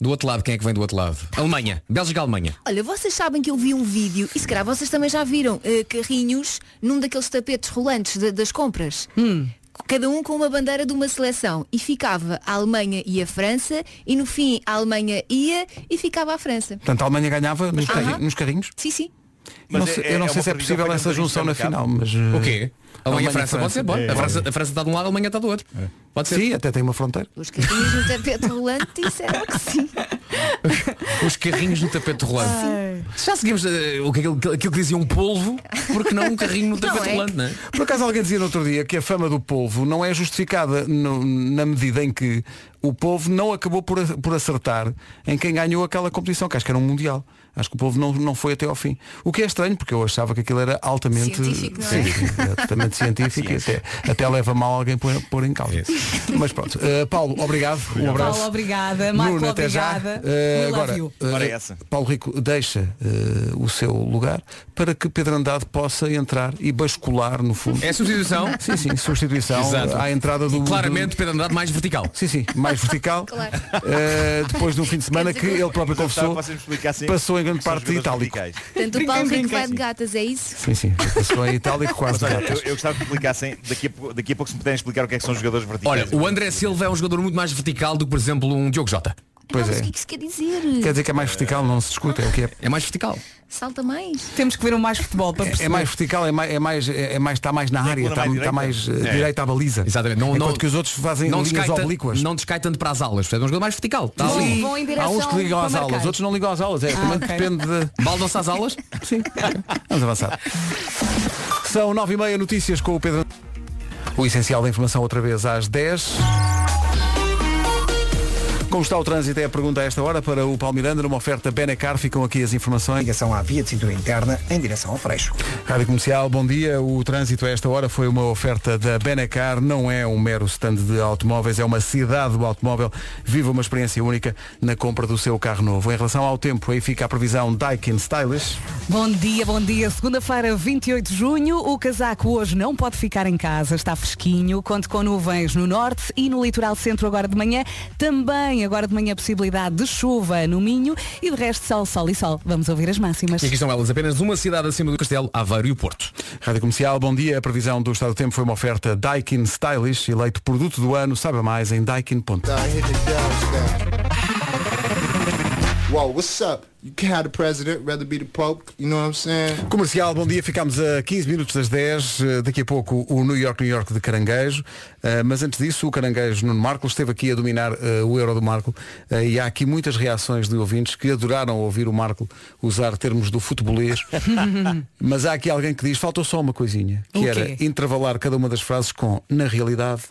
S9: Do outro lado, quem é que vem do outro lado? Alemanha. Bélgica-Alemanha.
S5: Olha, vocês sabem que eu vi um vídeo, e se calhar vocês também já viram, eh, carrinhos num daqueles tapetes rolantes da- das compras.
S15: Hum.
S5: Cada um com uma bandeira de uma seleção. E ficava a Alemanha e a França, e no fim a Alemanha ia e ficava a França.
S1: Portanto, a Alemanha ganhava nos,
S5: Aham.
S1: carri- nos carrinhos.
S5: Sim, sim.
S1: Não
S15: Mas
S1: sei-
S15: é-
S1: eu não
S15: é
S1: sei
S15: uma
S1: se é possível
S15: previsão
S1: essa
S15: para
S1: junção na
S15: campeão.
S1: final, mas. eh,
S9: O quê? Alemanha
S1: Alemanha
S9: e
S1: e
S9: França. Pode
S1: França.
S9: ser, pode.
S1: É,
S9: a, França,
S1: pode.
S9: a França está de um lado, a Alemanha está do outro. Pode ser.
S1: Sim, até tem uma fronteira.
S5: Os carrinhos no tapete rolante disseram que sim.
S9: Os carrinhos no tapete rolante. Se Já seguimos eh, o que, aquilo, aquilo que dizia um polvo, porque não um carrinho no
S5: Não
S9: tapete
S5: é?
S9: rolante, não é?
S1: Por acaso alguém dizia no outro dia que a fama do povo não é justificada no- na medida em que o povo não acabou por, a- por acertar em quem ganhou aquela competição, que acho que era um mundial. Acho que o povo não, não foi até ao fim. O que é estranho, porque eu achava que aquilo era altamente
S5: Científico, não é?
S1: Científico, altamente científico e até, até leva mal alguém pôr, pôr em causa. Mas pronto. Eh, Paulo, obrigado. Um abraço.
S3: Paulo, obrigada. Marco,
S1: Nuno, até já.
S3: obrigada.
S1: Eh,
S3: We love
S1: agora,
S3: you.
S1: eh,
S15: Ora, essa.
S1: Paulo Rico deixa eh, o seu lugar para que Pedro Andrade possa entrar e bascular no fundo.
S9: É substituição?
S1: Sim, sim, substituição
S9: Exato.
S1: à entrada do.
S9: Claramente, Pedro Andrade mais vertical.
S1: do- sim, sim, mais vertical. Eh, depois de um fim de semana que ele próprio confessou,
S15: vocês me explicassem
S1: passou em grande
S15: que são
S1: parte de
S15: jogadores
S1: itálico.
S15: radicais.
S5: Portanto, o Paulo Rico vai de gatas, é isso?
S1: Sim, sim, passou em itálico quase.
S15: Mas olha, eu,
S1: gatas.
S15: eu gostava que me explicassem, daqui a, pou- daqui a pouco se me puderem explicar o que é que são jogadores
S9: Olha,
S15: verticais.
S9: o André Silva é um jogador muito mais vertical do que, por exemplo, um Diogo Jota.
S1: Pois
S5: Mas
S1: é.
S5: o que é que isso quer dizer?
S1: Quer dizer que é mais vertical, não se discute, é o que é.
S9: É mais vertical.
S5: Salta mais.
S3: Temos que ver o mais futebol para perceber.
S1: É mais vertical, é mais, é mais, é mais, está mais na área, está, está mais eh, direito à baliza.
S9: Exatamente. Não,
S1: Enquanto
S9: não-
S1: que os outros fazem
S9: não
S1: linhas
S9: descai tan-
S1: oblíquas.
S9: Não descai tanto para as aulas. portanto, É um jogador mais vertical. Está
S1: Sim.
S9: ali.
S3: Vão em
S1: Há
S3: direção
S1: uns que ligam
S3: para
S1: às aulas,
S3: marcar.
S1: outros não ligam às aulas. É,
S3: Ah,
S1: também
S3: ok.
S1: depende de.
S9: Baldam-se às aulas?
S1: Sim. Vamos avançar. São nove e meia notícias com o Pedro. O essencial da informação outra vez às 10. Como está o trânsito é a pergunta a esta hora para o Paulo Miranda, numa oferta Benecar, ficam aqui as informações.
S2: Ligação à via de cintura interna em direção ao Freixo.
S1: Rádio Comercial, bom dia. O trânsito a esta hora foi uma oferta da Benacar. Não é um mero stand de automóveis, é uma cidade do automóvel. Viva uma experiência única na compra do seu carro novo. Em relação ao tempo, aí fica a previsão Daikin Stylish.
S3: Bom dia, bom dia. Segunda-feira, 28 de junho. O casaco hoje não pode ficar em casa, está fresquinho. Conto com nuvens no norte e no litoral centro agora de manhã. Também agora de manhã possibilidade de chuva no Minho e de resto sol, sol e sol. Vamos ouvir as máximas.
S9: E aqui estão elas, apenas uma cidade acima do Castelo, Aveiro e o Porto.
S1: Rádio Comercial, bom dia. A previsão do estado do tempo foi uma oferta Daikin Stylish, eleito produto do ano. Saiba mais em daikin.
S21: Whoa, what's up? You can have the president, rather be the pope. You know what I'm saying?
S1: Comercial, bom dia. Ficámos a 15 minutos das 10. Eh, Daqui a pouco o New York, New York de Caranguejo. Eh, Mas antes disso, o Caranguejo Nuno Marco esteve aqui a dominar eh, o Euro do Marco. Eh, E há aqui muitas reações de ouvintes que adoraram ouvir o Marco usar termos do futebolês. Mas há aqui alguém que diz, faltou só uma coisinha, que
S3: O quê?
S1: era intervalar cada uma das frases com na realidade,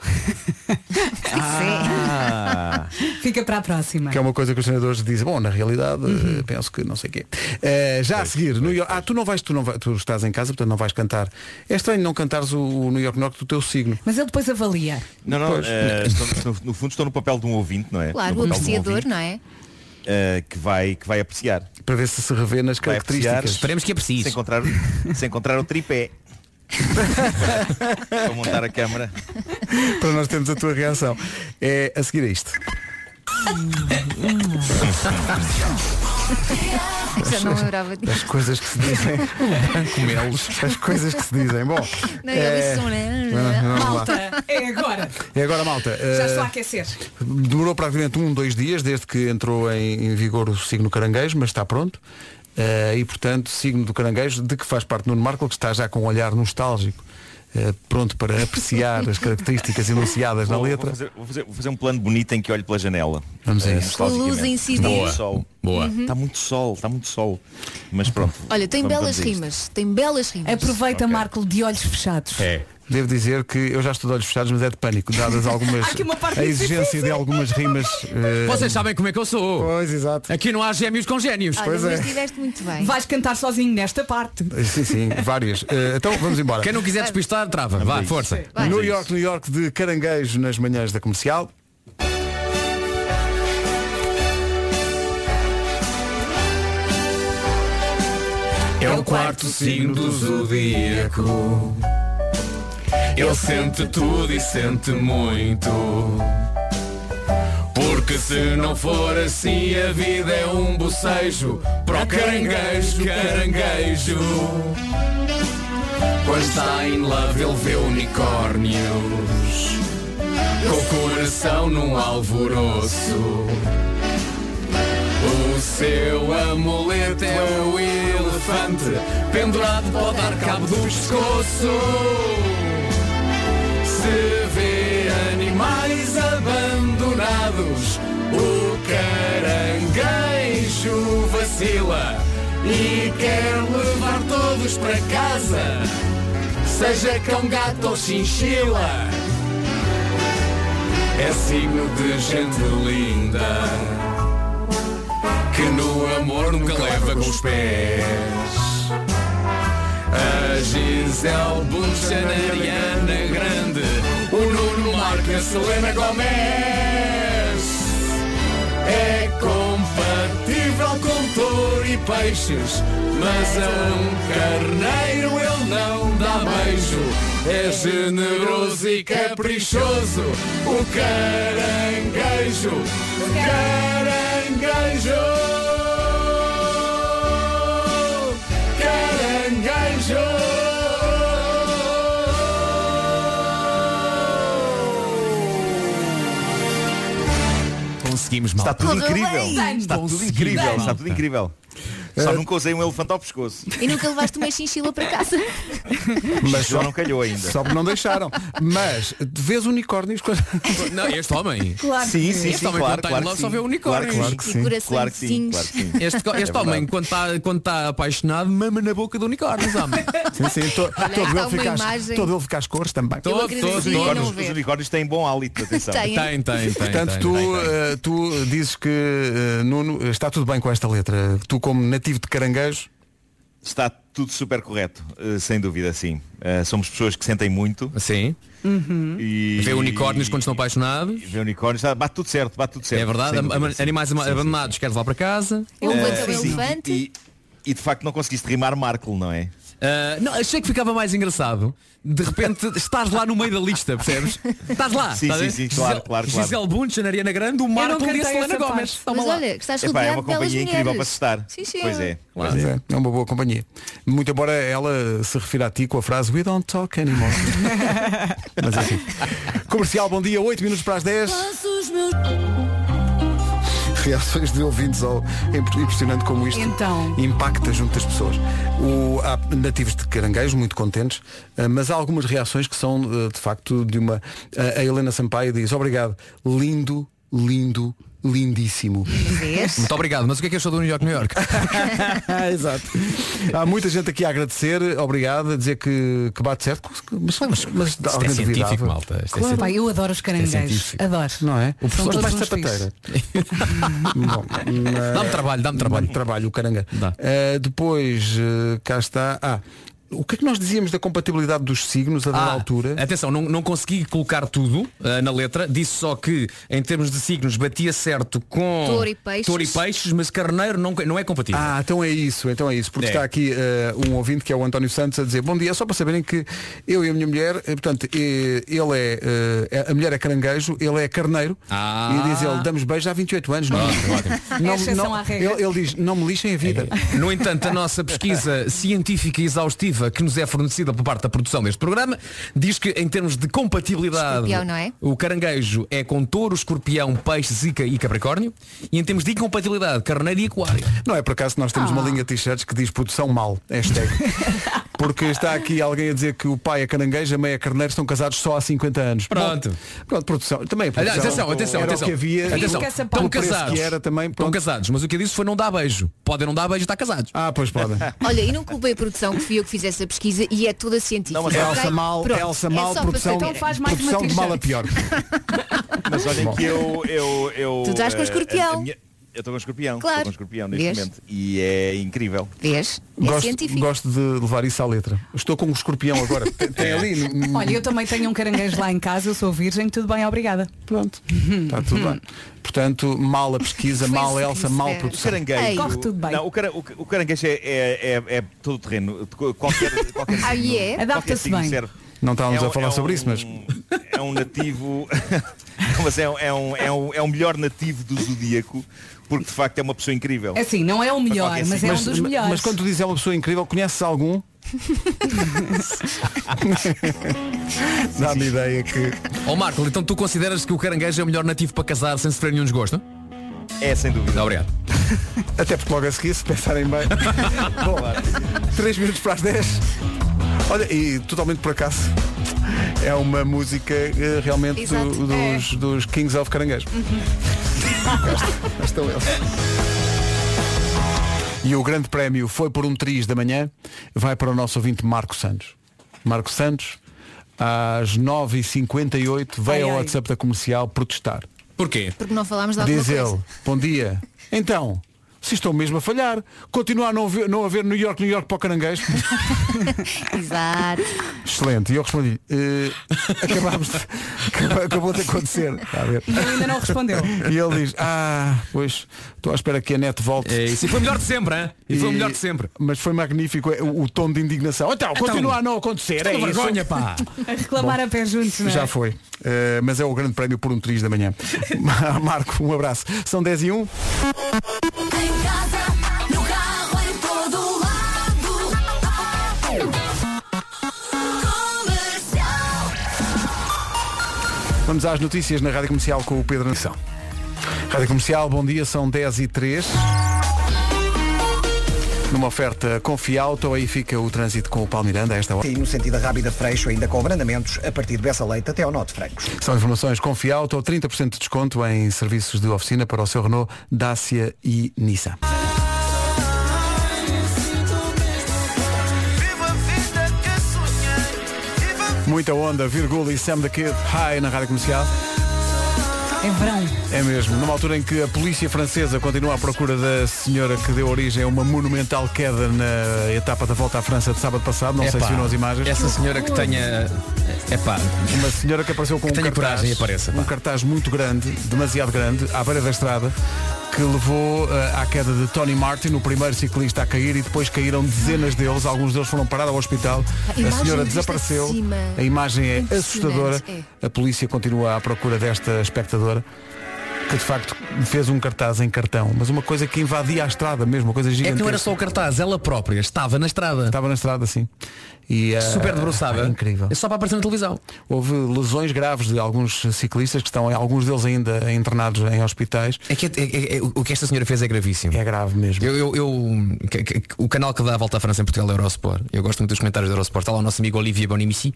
S3: Fica para a próxima.
S1: que é uma coisa que os treinadores dizem, bom, na realidade,
S15: Uhum.
S1: eh, penso que não sei o quê. Eh, já a seguir, New York. Ah, tu não vais, tu não vais, tu estás em casa, portanto não vais cantar. É estranho não cantares o, o New York New York do teu signo.
S3: Mas ele depois avalia.
S15: Não, não,
S1: Pois.
S15: eh, estou- estou- no fundo estou no papel de um ouvinte, não é?
S5: Claro,
S15: no
S5: o
S15: papel de um
S5: apreciador,
S15: ouvinte,
S5: não é?
S15: eh, que, vai, que vai apreciar.
S1: Para ver se se revê nas
S15: Vai apreciar.
S1: características.
S9: Esperemos que aprecie.
S15: Se encontrar, se encontrar o tripé. Vou montar a câmara.
S1: Para nós termos a tua reação. É a seguir a isto.
S5: Já não lembrava disso.
S1: As coisas que se dizem. As coisas que se dizem. Bom.
S5: Não,
S1: é-
S5: ele disse um, né?
S1: Vamos lá.
S3: Malta, é agora.
S1: E agora, malta,
S3: Já
S1: eh,
S3: estou a aquecer.
S1: demorou praticamente um, dois dias desde que entrou em, em vigor o signo caranguejo, mas está pronto. Eh, e, portanto, signo do caranguejo, de que faz parte Nuno Marco, que está já com um olhar nostálgico, eh, pronto para apreciar as características enunciadas na
S15: Vou, vou,
S1: letra.
S15: fazer, vou, fazer, vou fazer um plano bonito em que olho pela janela.
S1: Vamos a
S15: Eh,
S1: isso.
S15: nostalgicamente.
S5: Luz a incidir.
S15: Está
S5: Boa.
S15: muito sol.
S9: Boa.
S15: Está muito sol, está muito sol. Mas pronto.
S5: Olha, tem
S15: vamos-
S5: belas
S15: vamos a isto. É,
S5: rimas. Tem belas rimas.
S3: Aproveita, Marco, de olhos fechados.
S9: É.
S1: Devo dizer que eu já estou de olhos fechados, mas é de pânico, dadas algumas
S3: Há aqui uma parte
S1: a exigência
S3: difícil.
S1: de algumas rimas. eh,
S9: Vocês sabem como é que eu sou.
S1: Pois, exato.
S9: Aqui não há gêmeos com gênios.
S5: Olha,
S15: é.
S5: mas estiveste muito bem.
S3: Vais cantar sozinho nesta parte.
S1: Sim, sim, várias. Eh, então vamos embora.
S9: Quem não quiser despistar, trava. Vá, força.
S5: Vai.
S1: New York, New York de caranguejo nas manhãs da comercial.
S10: É o quarto signo do zodíaco. Ele sente tudo e sente muito. Porque se não for assim, a vida é um bocejo. Pro caranguejo, caranguejo. Quando está em love, ele vê unicórnios. Com o coração num alvoroço. O seu amuleto é o elefante Pendurado pode dar cabo do pescoço Se vê animais abandonados O caranguejo vacila E quer levar todos para casa Seja cão, gato ou chinchila É signo de gente linda que no amor nunca leva com os pés. A Gisele Buncha, a Ariana Grande, o Nuno Marco e a Selena Gomez. É compatível com touro e peixes, mas a um carneiro ele não dá beijo. É generoso e caprichoso, o caranguejo. O caranguejo. Caranguejo!
S15: Conseguimos, mal. Está tudo
S10: Correu
S15: incrível.
S10: bem.
S15: Está Tá tudo
S10: Conseguimos,
S15: incrível.
S10: malta.
S15: Está tudo incrível. Só
S4: É.
S15: nunca usei um elefante ao pescoço.
S4: E nunca levaste uma chinchila para casa.
S15: Mas só não calhou ainda.
S1: Só porque não deixaram. Mas vês unicórnios quando.
S9: Não, este homem.
S4: Claro Sim, que sim, sim.
S9: Este homem
S4: claro,
S9: quando está
S4: claro
S9: em love
S4: que
S9: só
S4: sim.
S9: vê unicórnios.
S4: Claro que sim. E coraçõezinhos. Claro que sim, claro que sim.
S9: Este, co-
S4: É
S9: este
S4: verdade.
S9: homem, quando está, quando está apaixonado, mama na boca de unicórnios, homem.
S1: Sim, sim, to-
S4: Olha, todo há ele uma fica às- imagem. todo
S1: ele fica às cores também.
S9: Todo, todo,
S15: Os
S9: todo.
S15: unicórnios, os unicórnios têm bom hálito, atenção.
S4: Têm. Têm,
S9: têm,
S1: Portanto, tu, eh, tu dizes que, eh, Nuno, está tudo bem com esta letra. Tu, como nativo de caranguejo,
S15: Está tudo super correto, eh, sem dúvida, sim. Eh, Somos pessoas que sentem muito.
S9: Sim.
S4: Hum.
S15: E...
S9: Vê unicórnios quando estão apaixonados.
S15: Vê unicórnios, está- bate tudo certo, bate tudo certo.
S9: É verdade,
S15: sem
S9: am-
S15: dúvida,
S9: am-
S15: sim.
S9: animais ama-
S15: Sim, sim.
S9: abandonados, queres lá para casa.
S15: Eh, sim, sim. E, e de facto não conseguiste rimar Marco, não é?
S9: Ah, não, achei que ficava mais engraçado. De repente estás lá no meio da lista, percebes? Estás lá.
S15: Sim,
S9: estás a
S15: sim,
S9: ver?
S15: sim, claro,
S9: Gisele-
S15: claro, claro.
S9: Gisele Bunchen, Ariana Grande, o Marco e a Selena Gomes.
S4: Mas olha, que estás
S1: Epá, é
S4: rodeado
S1: uma
S4: de belas
S1: companhia
S4: mulheres.
S1: incrível para se estar.
S4: Sim, sim.
S15: Pois é.
S1: Pois é. é uma boa companhia. Muito embora ela se refira a ti com a frase We don't talk anymore. Mas enfim. Comercial, bom dia, 8 minutos para as 10. Reações de ouvintes ao é impressionante como isto
S3: Então.
S1: impacta junto das pessoas. O- há nativos de caranguejo muito contentes, eh, mas há algumas reações que são eh, de facto de uma. eh, A Helena Sampaio diz, obrigado, lindo, lindo, lindíssimo.
S9: Vês? Muito obrigado, mas o que é que achou do New York, New York? é
S1: Exato. Há muita gente aqui a agradecer, obrigado, a dizer que, que bate certo, mas, mas, mas
S9: isto é
S1: alguém
S9: científico,
S1: duvidava.
S9: malta, isto é
S1: Claro.
S3: Pá, eu adoro os caranguejos.
S1: científico.
S3: adoro.
S1: Não é?
S3: O
S1: São
S3: professor
S1: todos
S3: todos uns
S1: sapateira. Bom, mas-
S9: Dá-me trabalho, dá-me trabalho.
S1: trabalho, o caranga. Eh, depois, eh, cá está. Ah, o que é que nós dizíamos da compatibilidade dos signos a dada
S9: Ah,
S1: altura?
S9: Atenção, não, não consegui colocar tudo ah, na letra, disse só que em termos de signos batia certo com
S4: Touro e peixes.
S9: touro e peixes, mas carneiro não, não é compatível.
S1: Ah, então é isso, então é isso. Porque
S9: É.
S1: está aqui eh, um ouvinte que é o António Santos a dizer bom dia, só para saberem que eu e a minha mulher, eh, portanto, eh, ele é, eh, a mulher é caranguejo, ele é carneiro
S9: Ah.
S1: e diz ele, damos beijo há 28 anos.
S9: Ótimo, ótimo.
S1: Não,
S9: É exceção
S1: não-
S9: à regra.
S1: ele, ele diz, não me lixem a vida.
S9: É. No entanto, a nossa pesquisa científica e exaustiva que nos é fornecida por parte da produção deste programa diz que em termos de compatibilidade
S4: Escorpião, não é?
S9: o caranguejo é com touro, escorpião, peixe, zica e capricórnio e em termos de incompatibilidade carneiro e aquário.
S1: Não é por acaso que nós temos
S9: Ah.
S1: uma linha de t-shirts que diz produção mal, hashtag. Porque está aqui alguém a dizer que o pai é caranguejo, a mãe é carneiro, estão casados só há 50 anos.
S9: Pronto.
S1: Bom, pronto, produção. Também a
S9: Aliás,
S1: produção.
S9: atenção, atenção,
S1: era O
S9: atenção.
S1: que havia,
S9: atenção. Estão
S1: o preço
S9: casados.
S1: Que era também,
S9: Estão casados, mas o que eu disse foi não dar beijo. Podem não dar beijo e estar casados.
S1: Ah, pois podem.
S4: Olha, e não culpei a produção que fui eu que fiz essa pesquisa e é toda científica.
S1: Não, mas Elsa
S4: ok?
S1: Mal,
S4: Pronto,
S1: Elsa
S4: é
S1: Mal,
S4: só para
S1: produção,
S5: Então
S4: saber.
S1: produção de mal a pior.
S15: Mas olhem que eu, eu, eu.
S4: Tu estás com
S15: eh,
S4: escorpião.
S15: a- a minha- Eu estou com escorpião.
S4: Claro.
S15: Estou com escorpião neste
S4: Vês?
S15: momento. E é incrível.
S4: Vês? É
S1: Gosto,
S4: científico.
S1: gosto de levar isso à letra. Estou com um escorpião agora. Tem- Tem ali. no- no-
S3: Olha, eu também tenho um caranguejo lá em casa, eu sou virgem, tudo bem, obrigada.
S1: Pronto. Está tudo bem. Portanto, mal a pesquisa, mal a Elsa, mal a
S15: O
S1: produção.
S15: caranguejo.
S3: Corre tudo bem.
S15: Não, o, cara, o, o caranguejo é, é, é, é todo terreno. Qualquer, qualquer
S4: Ah, e é?
S15: qualquer
S4: Adapta-se
S15: signo
S4: bem.
S15: serve.
S1: Não estávamos
S15: É um-
S1: a falar
S15: é
S1: sobre isso, mas
S15: é um nativo Não, mas é, um- é um, é, um, é um melhor nativo do zodíaco porque de facto é uma pessoa incrível
S3: Assim, não é o melhor,
S15: Para qualquer
S3: mas é um dos melhores.
S1: Mas quando tu dizes é uma pessoa incrível, conheces algum? Dá-me ideia que.
S9: Ó Marco, então tu consideras que o caranguejo é o melhor nativo para casar sem sofrer nenhum desgosto?
S15: É, sem dúvida.
S9: Obrigado.
S1: Até porque logo a seguir, se pensarem bem. Bom, 3 minutos para as 10. Olha, e totalmente por acaso, é uma música eh, realmente do-
S10: Exato, é.
S1: dos, dos Kings of Caranguejo. Estão eles. E o grande prémio foi por um triz da manhã, vai para o nosso ouvinte Marco Santos. Marco Santos, às 9h58, veio
S4: Ai,
S1: ao
S4: ai.
S1: WhatsApp da comercial protestar.
S9: Porquê?
S4: Porque não falámos de alguma
S1: Diz
S4: coisa.
S1: ele, bom dia. Então, vocês estão mesmo a falhar. Continua a não, ver, não haver New York, New York para o caranguejo.
S4: Exato.
S1: Excelente. E eu respondi, eh, acabámos de, acaba- acabou de acontecer. Está a ver.
S3: E ele ainda não respondeu.
S1: E ele diz, ah, pois, estou à espera que a net volte.
S9: É isso. E foi o melhor de sempre, hein? E foi o melhor de
S1: sempre. Mas foi magnífico eh, o, o tom de indignação. Então,
S9: Então,
S1: continua a não acontecer.
S9: isto é
S1: É
S9: uma
S1: isso.
S9: vergonha, pá.
S3: A reclamar a pé juntos, não é?
S1: Já foi. Eh, mas é o grande prémio por um triz da manhã. Marco, um abraço. São 10 e 1.
S10: No carro, em todo lado.
S1: Vamos às notícias na Rádio Comercial com o Pedro Nação. Rádio Comercial, bom dia, são 10 e 3 Numa oferta Confiauto, aí fica o trânsito com o Palmiranda a esta hora.
S2: E no sentido da Rábida Freixo, ainda com abrandamentos a partir de Bessa Leite até ao Norte Francos.
S1: São informações Confiauto, 30% de desconto em serviços de oficina para o seu Renault, Dacia e Nissan. Muita onda, virgula e Sam da Kid, high na Rádio Comercial.
S3: É verão.
S1: É mesmo, numa altura em que a polícia francesa continua à procura da senhora que deu origem a uma monumental queda na etapa da volta à França de sábado passado, não sei
S9: Epá,
S1: se viram as imagens.
S9: Essa senhora que tenha. É pá.
S1: Uma senhora que apareceu com
S9: Que
S1: um
S9: tenha
S1: cartaz,
S9: coragem e apareça, pá.
S1: um cartaz muito grande, demasiado grande, à beira da estrada, que levou eh, à queda de Tony Martin, o primeiro ciclista a cair, e depois caíram dezenas deles, alguns deles foram parados ao hospital,
S4: A
S1: a,
S4: imagem vista
S1: senhora
S4: de
S1: desapareceu,
S4: cima.
S1: a imagem é assustadora,
S4: Impressionante, é.
S1: a polícia continua à procura desta espectadora. Que de facto fez um cartaz em cartão, mas uma coisa que invadia a estrada mesmo, uma coisa
S9: É
S1: gigantesca.
S9: que não era só o cartaz, ela própria estava na estrada.
S1: Estava na estrada, sim. E, eh,
S9: Super debruçada.
S1: é incrível.
S9: É só para aparecer na televisão.
S1: Houve lesões graves de alguns ciclistas que estão, alguns deles ainda internados em hospitais.
S9: É que, é- é- é- o que esta senhora fez é gravíssimo.
S1: É grave mesmo.
S9: Eu, eu- eu- que- que- que- o canal que dá a volta à França em Portugal é o Eurosport. Eu gosto muito dos comentários do Eurosport. Está lá o nosso amigo Olivier Bonimici.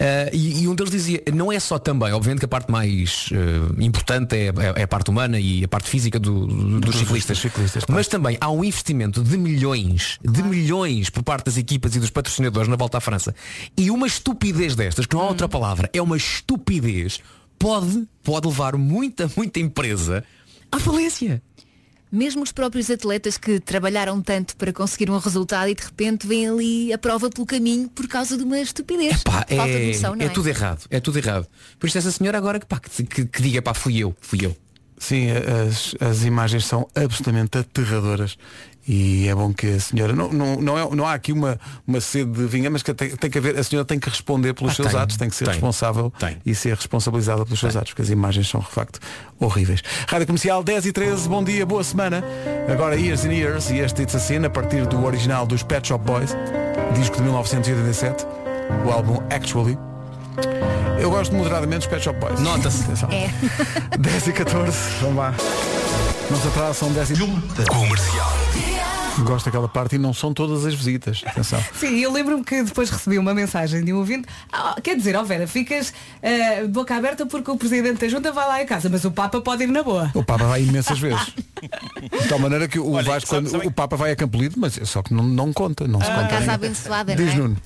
S9: Eh, e, e um deles dizia, não é só também, obviamente que a parte mais eh, importante é, é- é a parte humana e a parte física do- do- dos ciclistas. Mas também há um investimento de milhões, de milhões por parte das equipas e dos patrocinadores na volta à França. E uma estupidez destas, que não há outra palavra, é uma estupidez, pode, pode levar muita, muita empresa à falência.
S5: Mesmo os próprios atletas que trabalharam tanto para conseguir um resultado e de repente vêm ali a prova pelo caminho por causa de uma estupidez.
S9: Pá,
S5: Falta de noção, não é?
S9: tudo errado, é tudo errado. Por isso essa senhora agora que, pá, que, que- que diga, pá, fui eu, fui eu.
S1: Sim, as, as imagens são absolutamente aterradoras. E é bom que a senhora. Não, não, não, é- não há aqui uma, uma sede de vingança, mas que tem, tem que haver, a senhora tem que responder pelos
S9: Ah,
S1: seus
S9: tem,
S1: atos, tem que ser
S9: tem,
S1: responsável e ser responsabilizada pelos seus atos, porque as imagens são de facto horríveis. Rádio Comercial 10 e 13, bom dia, boa semana. Agora Years and Years e este It's a Sin, a partir do original dos Pet Shop Boys, disco de 1987, o álbum Actually. Eu gosto moderadamente dos Pet Shop Boys. Nota-se. 10 e 14, vamos lá. Não se atrasa, são 10 e Junta. Comercial. Gosto daquela parte e não são todas as visitas. Atenção.
S3: Sim, eu lembro-me que depois recebi uma mensagem de um ouvinte. "Ah, quer dizer, ó Vera, ficas eh, boca aberta porque o presidente da junta vai lá a casa, mas o Papa pode ir na boa.
S1: O Papa vai imensas vezes. De tal maneira que o Vasco, quando o Papa vai a Campolide, mas é só que não, não conta, não se
S5: Uma
S1: conta.
S5: casa
S1: ainda.
S5: abençoada,
S1: Diz
S5: não é?
S1: Nuno.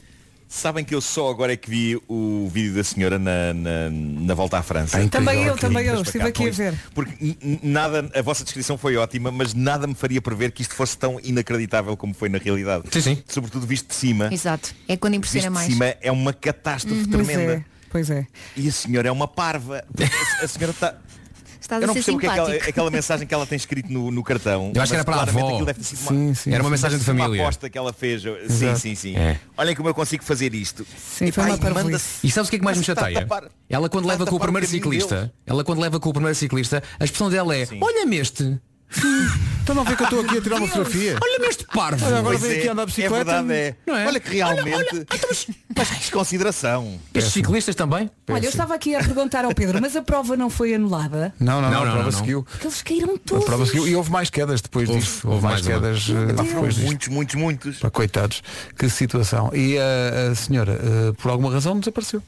S15: Sabem que eu só agora é que vi o vídeo da senhora na, na, na volta à França.
S3: Também eu, também eu, estive aqui a ver.
S15: Porque n- n- nada, a vossa descrição foi ótima, mas nada me faria prever que isto fosse tão inacreditável como foi na realidade.
S9: Sim, sim.
S15: Sobretudo visto de cima.
S4: Exato. É quando impressiona
S15: Visto de
S4: mais.
S15: cima é uma catástrofe
S4: Uhum.
S3: Pois
S15: tremenda.
S3: é, pois é.
S15: E a senhora é uma parva. A- A senhora está.
S4: Estás a
S15: eu não
S4: ser
S15: percebo o que é aquela,
S4: simpático.
S15: aquela mensagem que ela tem escrito no, no cartão.
S9: Eu acho que era para
S15: mas
S9: a
S15: claramente
S9: avó.
S15: aquilo deve ter sido uma-
S9: Sim, sim. Era uma mensagem de
S15: deve ter sido
S9: família.
S15: Uma aposta que ela fez. Sim,
S9: Exato.
S15: sim, sim.
S9: É.
S15: Olhem como eu consigo fazer isto.
S3: Sim, foi uma parvoíce.
S9: E sabes o que é que mais me
S15: Mas está a
S9: chateia?
S15: tapar-
S9: Ela quando
S15: está a
S9: leva com o
S15: tapar um o
S9: primeiro
S15: caminho
S9: ciclista,
S15: deles.
S9: ela quando leva com o primeiro ciclista, a expressão dela é, olha-me este.
S1: Estão a ver Então que eu estou aqui a tirar uma
S15: É.
S1: fotografia.
S9: Olha-me este parvo.
S1: Olha, agora
S15: Pois
S1: vem
S15: é,
S1: aqui andar de bicicleta.
S15: É verdade, é.
S9: Não é?
S15: Olha que
S9: Olha, então,
S15: realmente. mas... que desconsideração.
S9: Estes ciclistas também?
S3: Olha, eu estava aqui a perguntar ao Pedro, mas a prova não foi anulada?
S1: Não, não, não,
S9: Não,
S1: a
S9: não,
S1: prova
S9: não, não.
S1: seguiu.
S3: Porque eles caíram
S1: A
S3: todos.
S1: prova seguiu e houve mais quedas depois
S9: Houve-
S1: disto.
S9: houve
S1: mais,
S9: mais uma.
S1: quedas eh, depois disto.
S15: Muitos, muitos, muitos.
S1: Pá, coitados, que situação. E eh, a, senhora, eh, por alguma razão, desapareceu.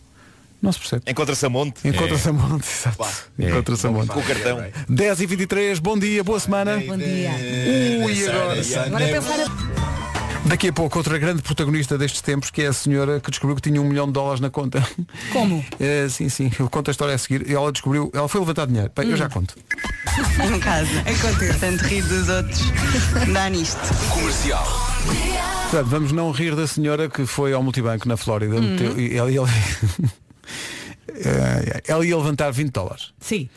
S1: Não se percebe.
S15: Encontra-se a monte.
S9: É.
S15: É,
S1: Encontra-se a monte, exato. Encontra-se a monte. É,
S15: Com o cartão.
S1: 10 e 23 bom dia, boa semana. Bom
S3: dia.
S1: Ui, agora.
S3: Agora é pensar a...
S1: Daqui a pouco, outra grande protagonista destes tempos, que é a senhora que descobriu que tinha um milhão de dólares na conta.
S3: Como?
S1: Eh, sim, sim, eu conto a história a seguir. Ela descobriu, ela foi levantar dinheiro. Bem, eu já conto.
S22: em casa. Acontece. Tanto rir dos outros. Dá nisto. Comercial.
S1: Portanto, vamos não rir da senhora que foi ao multibanco na Flórida
S22: Uhum.
S1: meteu- e ela, ia- Eh, ela ia levantar 20 dólares.
S3: Sim.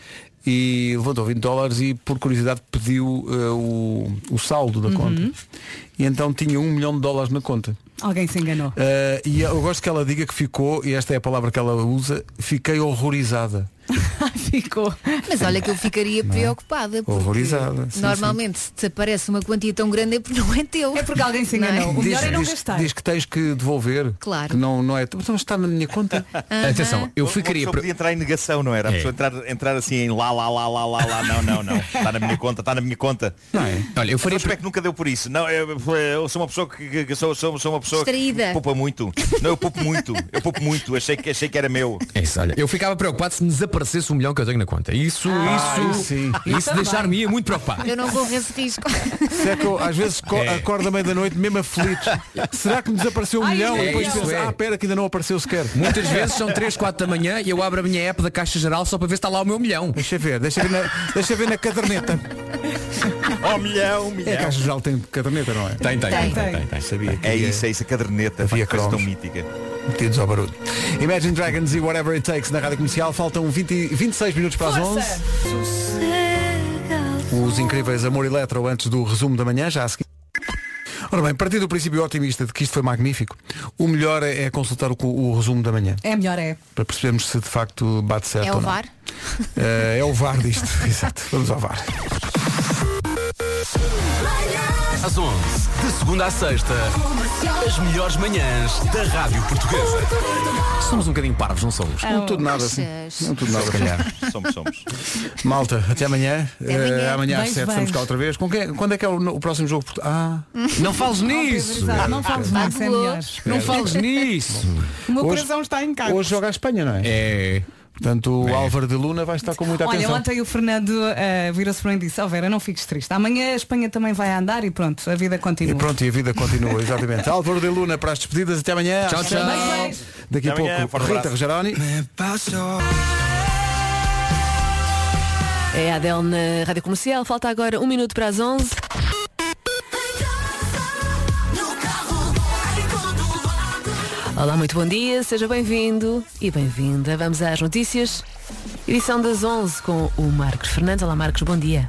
S1: E levantou 20 dólares e por curiosidade pediu eh, o, o saldo da conta. E então tinha um milhão de dólares na conta.
S3: Alguém se enganou.
S1: Eh, e eu gosto que ela diga que ficou, e esta é a palavra que ela usa, fiquei horrorizada.
S3: Ficou.
S4: Mas olha que eu ficaria
S1: Não é?
S4: preocupada. porque
S1: Horrorizada, sim,
S4: Normalmente se desaparece uma quantia tão grande é porque não é teu. É
S3: porque alguém se enganou.
S4: O melhor
S1: diz,
S4: é não
S1: diz-
S4: gastar.
S1: diz que tens que devolver.
S4: Claro.
S1: Que não, não é. Mas está na minha conta.
S9: Atenção, eu ficaria
S15: Eu podia entrar em negação, não era? A pessoa entrar, entrar assim em lá, lá, lá, lá, lá, lá, não, não, não. Está na minha conta, está na minha conta.
S9: Olha, eu faria.
S15: Mas como é que nunca deu por isso? Não, eu, eu sou uma pessoa que, que- que sou, sou, sou uma pessoa
S4: Distraída.
S15: que poupa muito. Não, eu poupo muito. Eu poupo muito. Achei que, achei que era meu.
S9: É isso, olha. Eu ficava preocupado se me desaparecesse um milhão que eu tenho na conta. Isso,
S15: Ah,
S9: isso,
S1: sim.
S5: Então
S9: isso
S1: Também.
S9: deixar-me é muito preocupado.
S4: Eu não corro esse risco.
S1: Se é que eu, às vezes co-
S9: É.
S1: acordo à meia da noite mesmo aflito. Será que me desapareceu um
S9: Ai,
S1: milhão?
S9: é
S1: e depois
S9: isso,
S1: penso,
S9: é.
S1: ah, pera que ainda não apareceu sequer.
S9: Muitas vezes são 3, 4 da manhã e eu abro a minha app da Caixa Geral só para ver se está lá o meu milhão.
S1: Deixa ver, deixa ver na, deixa ver na caderneta.
S15: Oh, milhão,
S1: É, a Caixa Geral tem caderneta, não é?
S9: Tem, tem, tem, tem, tem, tem.
S1: Sabia que
S15: É
S1: ia-
S15: isso, é isso, a caderneta. Havia coisa tão mítica.
S1: Metidos ao barulho. Imagine Dragons e Whatever It Takes na Rádio Comercial. Faltam 20, 26 minutos para as 11. Os incríveis Amor Eletro antes do resumo da manhã, já a seguir. Ora bem, partindo do princípio otimista de que isto foi magnífico, o melhor é é consultar o, co- o resumo da manhã,
S3: É melhor é.
S1: para percebermos se de facto bate certo
S4: É o
S1: ou não.
S4: VAR?
S1: Eh, é o VAR disto, exato. Vamos ao VAR.
S7: Às 11, de segunda à sexta, as melhores manhãs da Rádio Portuguesa.
S9: Somos um bocadinho parvos, não somos?
S4: Então,
S1: Não tudo nada assim. Não tudo nada.
S9: Se calhar.
S15: Somos, somos.
S1: Malta, até amanhã.
S15: Até
S1: Eh,
S15: amanhã.
S1: amanhã às
S15: Beijo,
S1: 7 estamos
S15: beijo.
S1: cá outra vez. Com quem- quando é que é o, no- o próximo jogo? Portu- Ah,
S9: Não fales nisso!
S3: Não fales nisso, é melhor.
S9: Não fales nisso!
S3: O meu
S1: Hoje-
S3: coração está em casa.
S1: Hoje joga a Espanha, não é?
S9: É.
S1: Portanto, o Álvaro de Luna vai estar com muita
S3: Olha,
S1: atenção.
S3: ontem o Fernando eh, virou-se para mim e disse, ó Vera, não fiques triste. Amanhã a Espanha também vai andar e pronto, a vida continua.
S1: E pronto, e a vida continua, exatamente. Álvaro de Luna para as despedidas, até amanhã.
S3: Tchau,
S1: às
S3: tchau.
S1: sete. Daqui a
S15: Até amanhã,
S1: pouco,
S15: forte
S1: Rita
S15: abraço.
S1: Rogeroni.
S23: É a Adele na Rádio Comercial. Falta agora um minuto para as 11. Olá, muito bom dia, seja bem-vindo e bem-vinda. Vamos às notícias, edição das 11 com o Marcos Fernandes. Olá, Marcos, bom dia.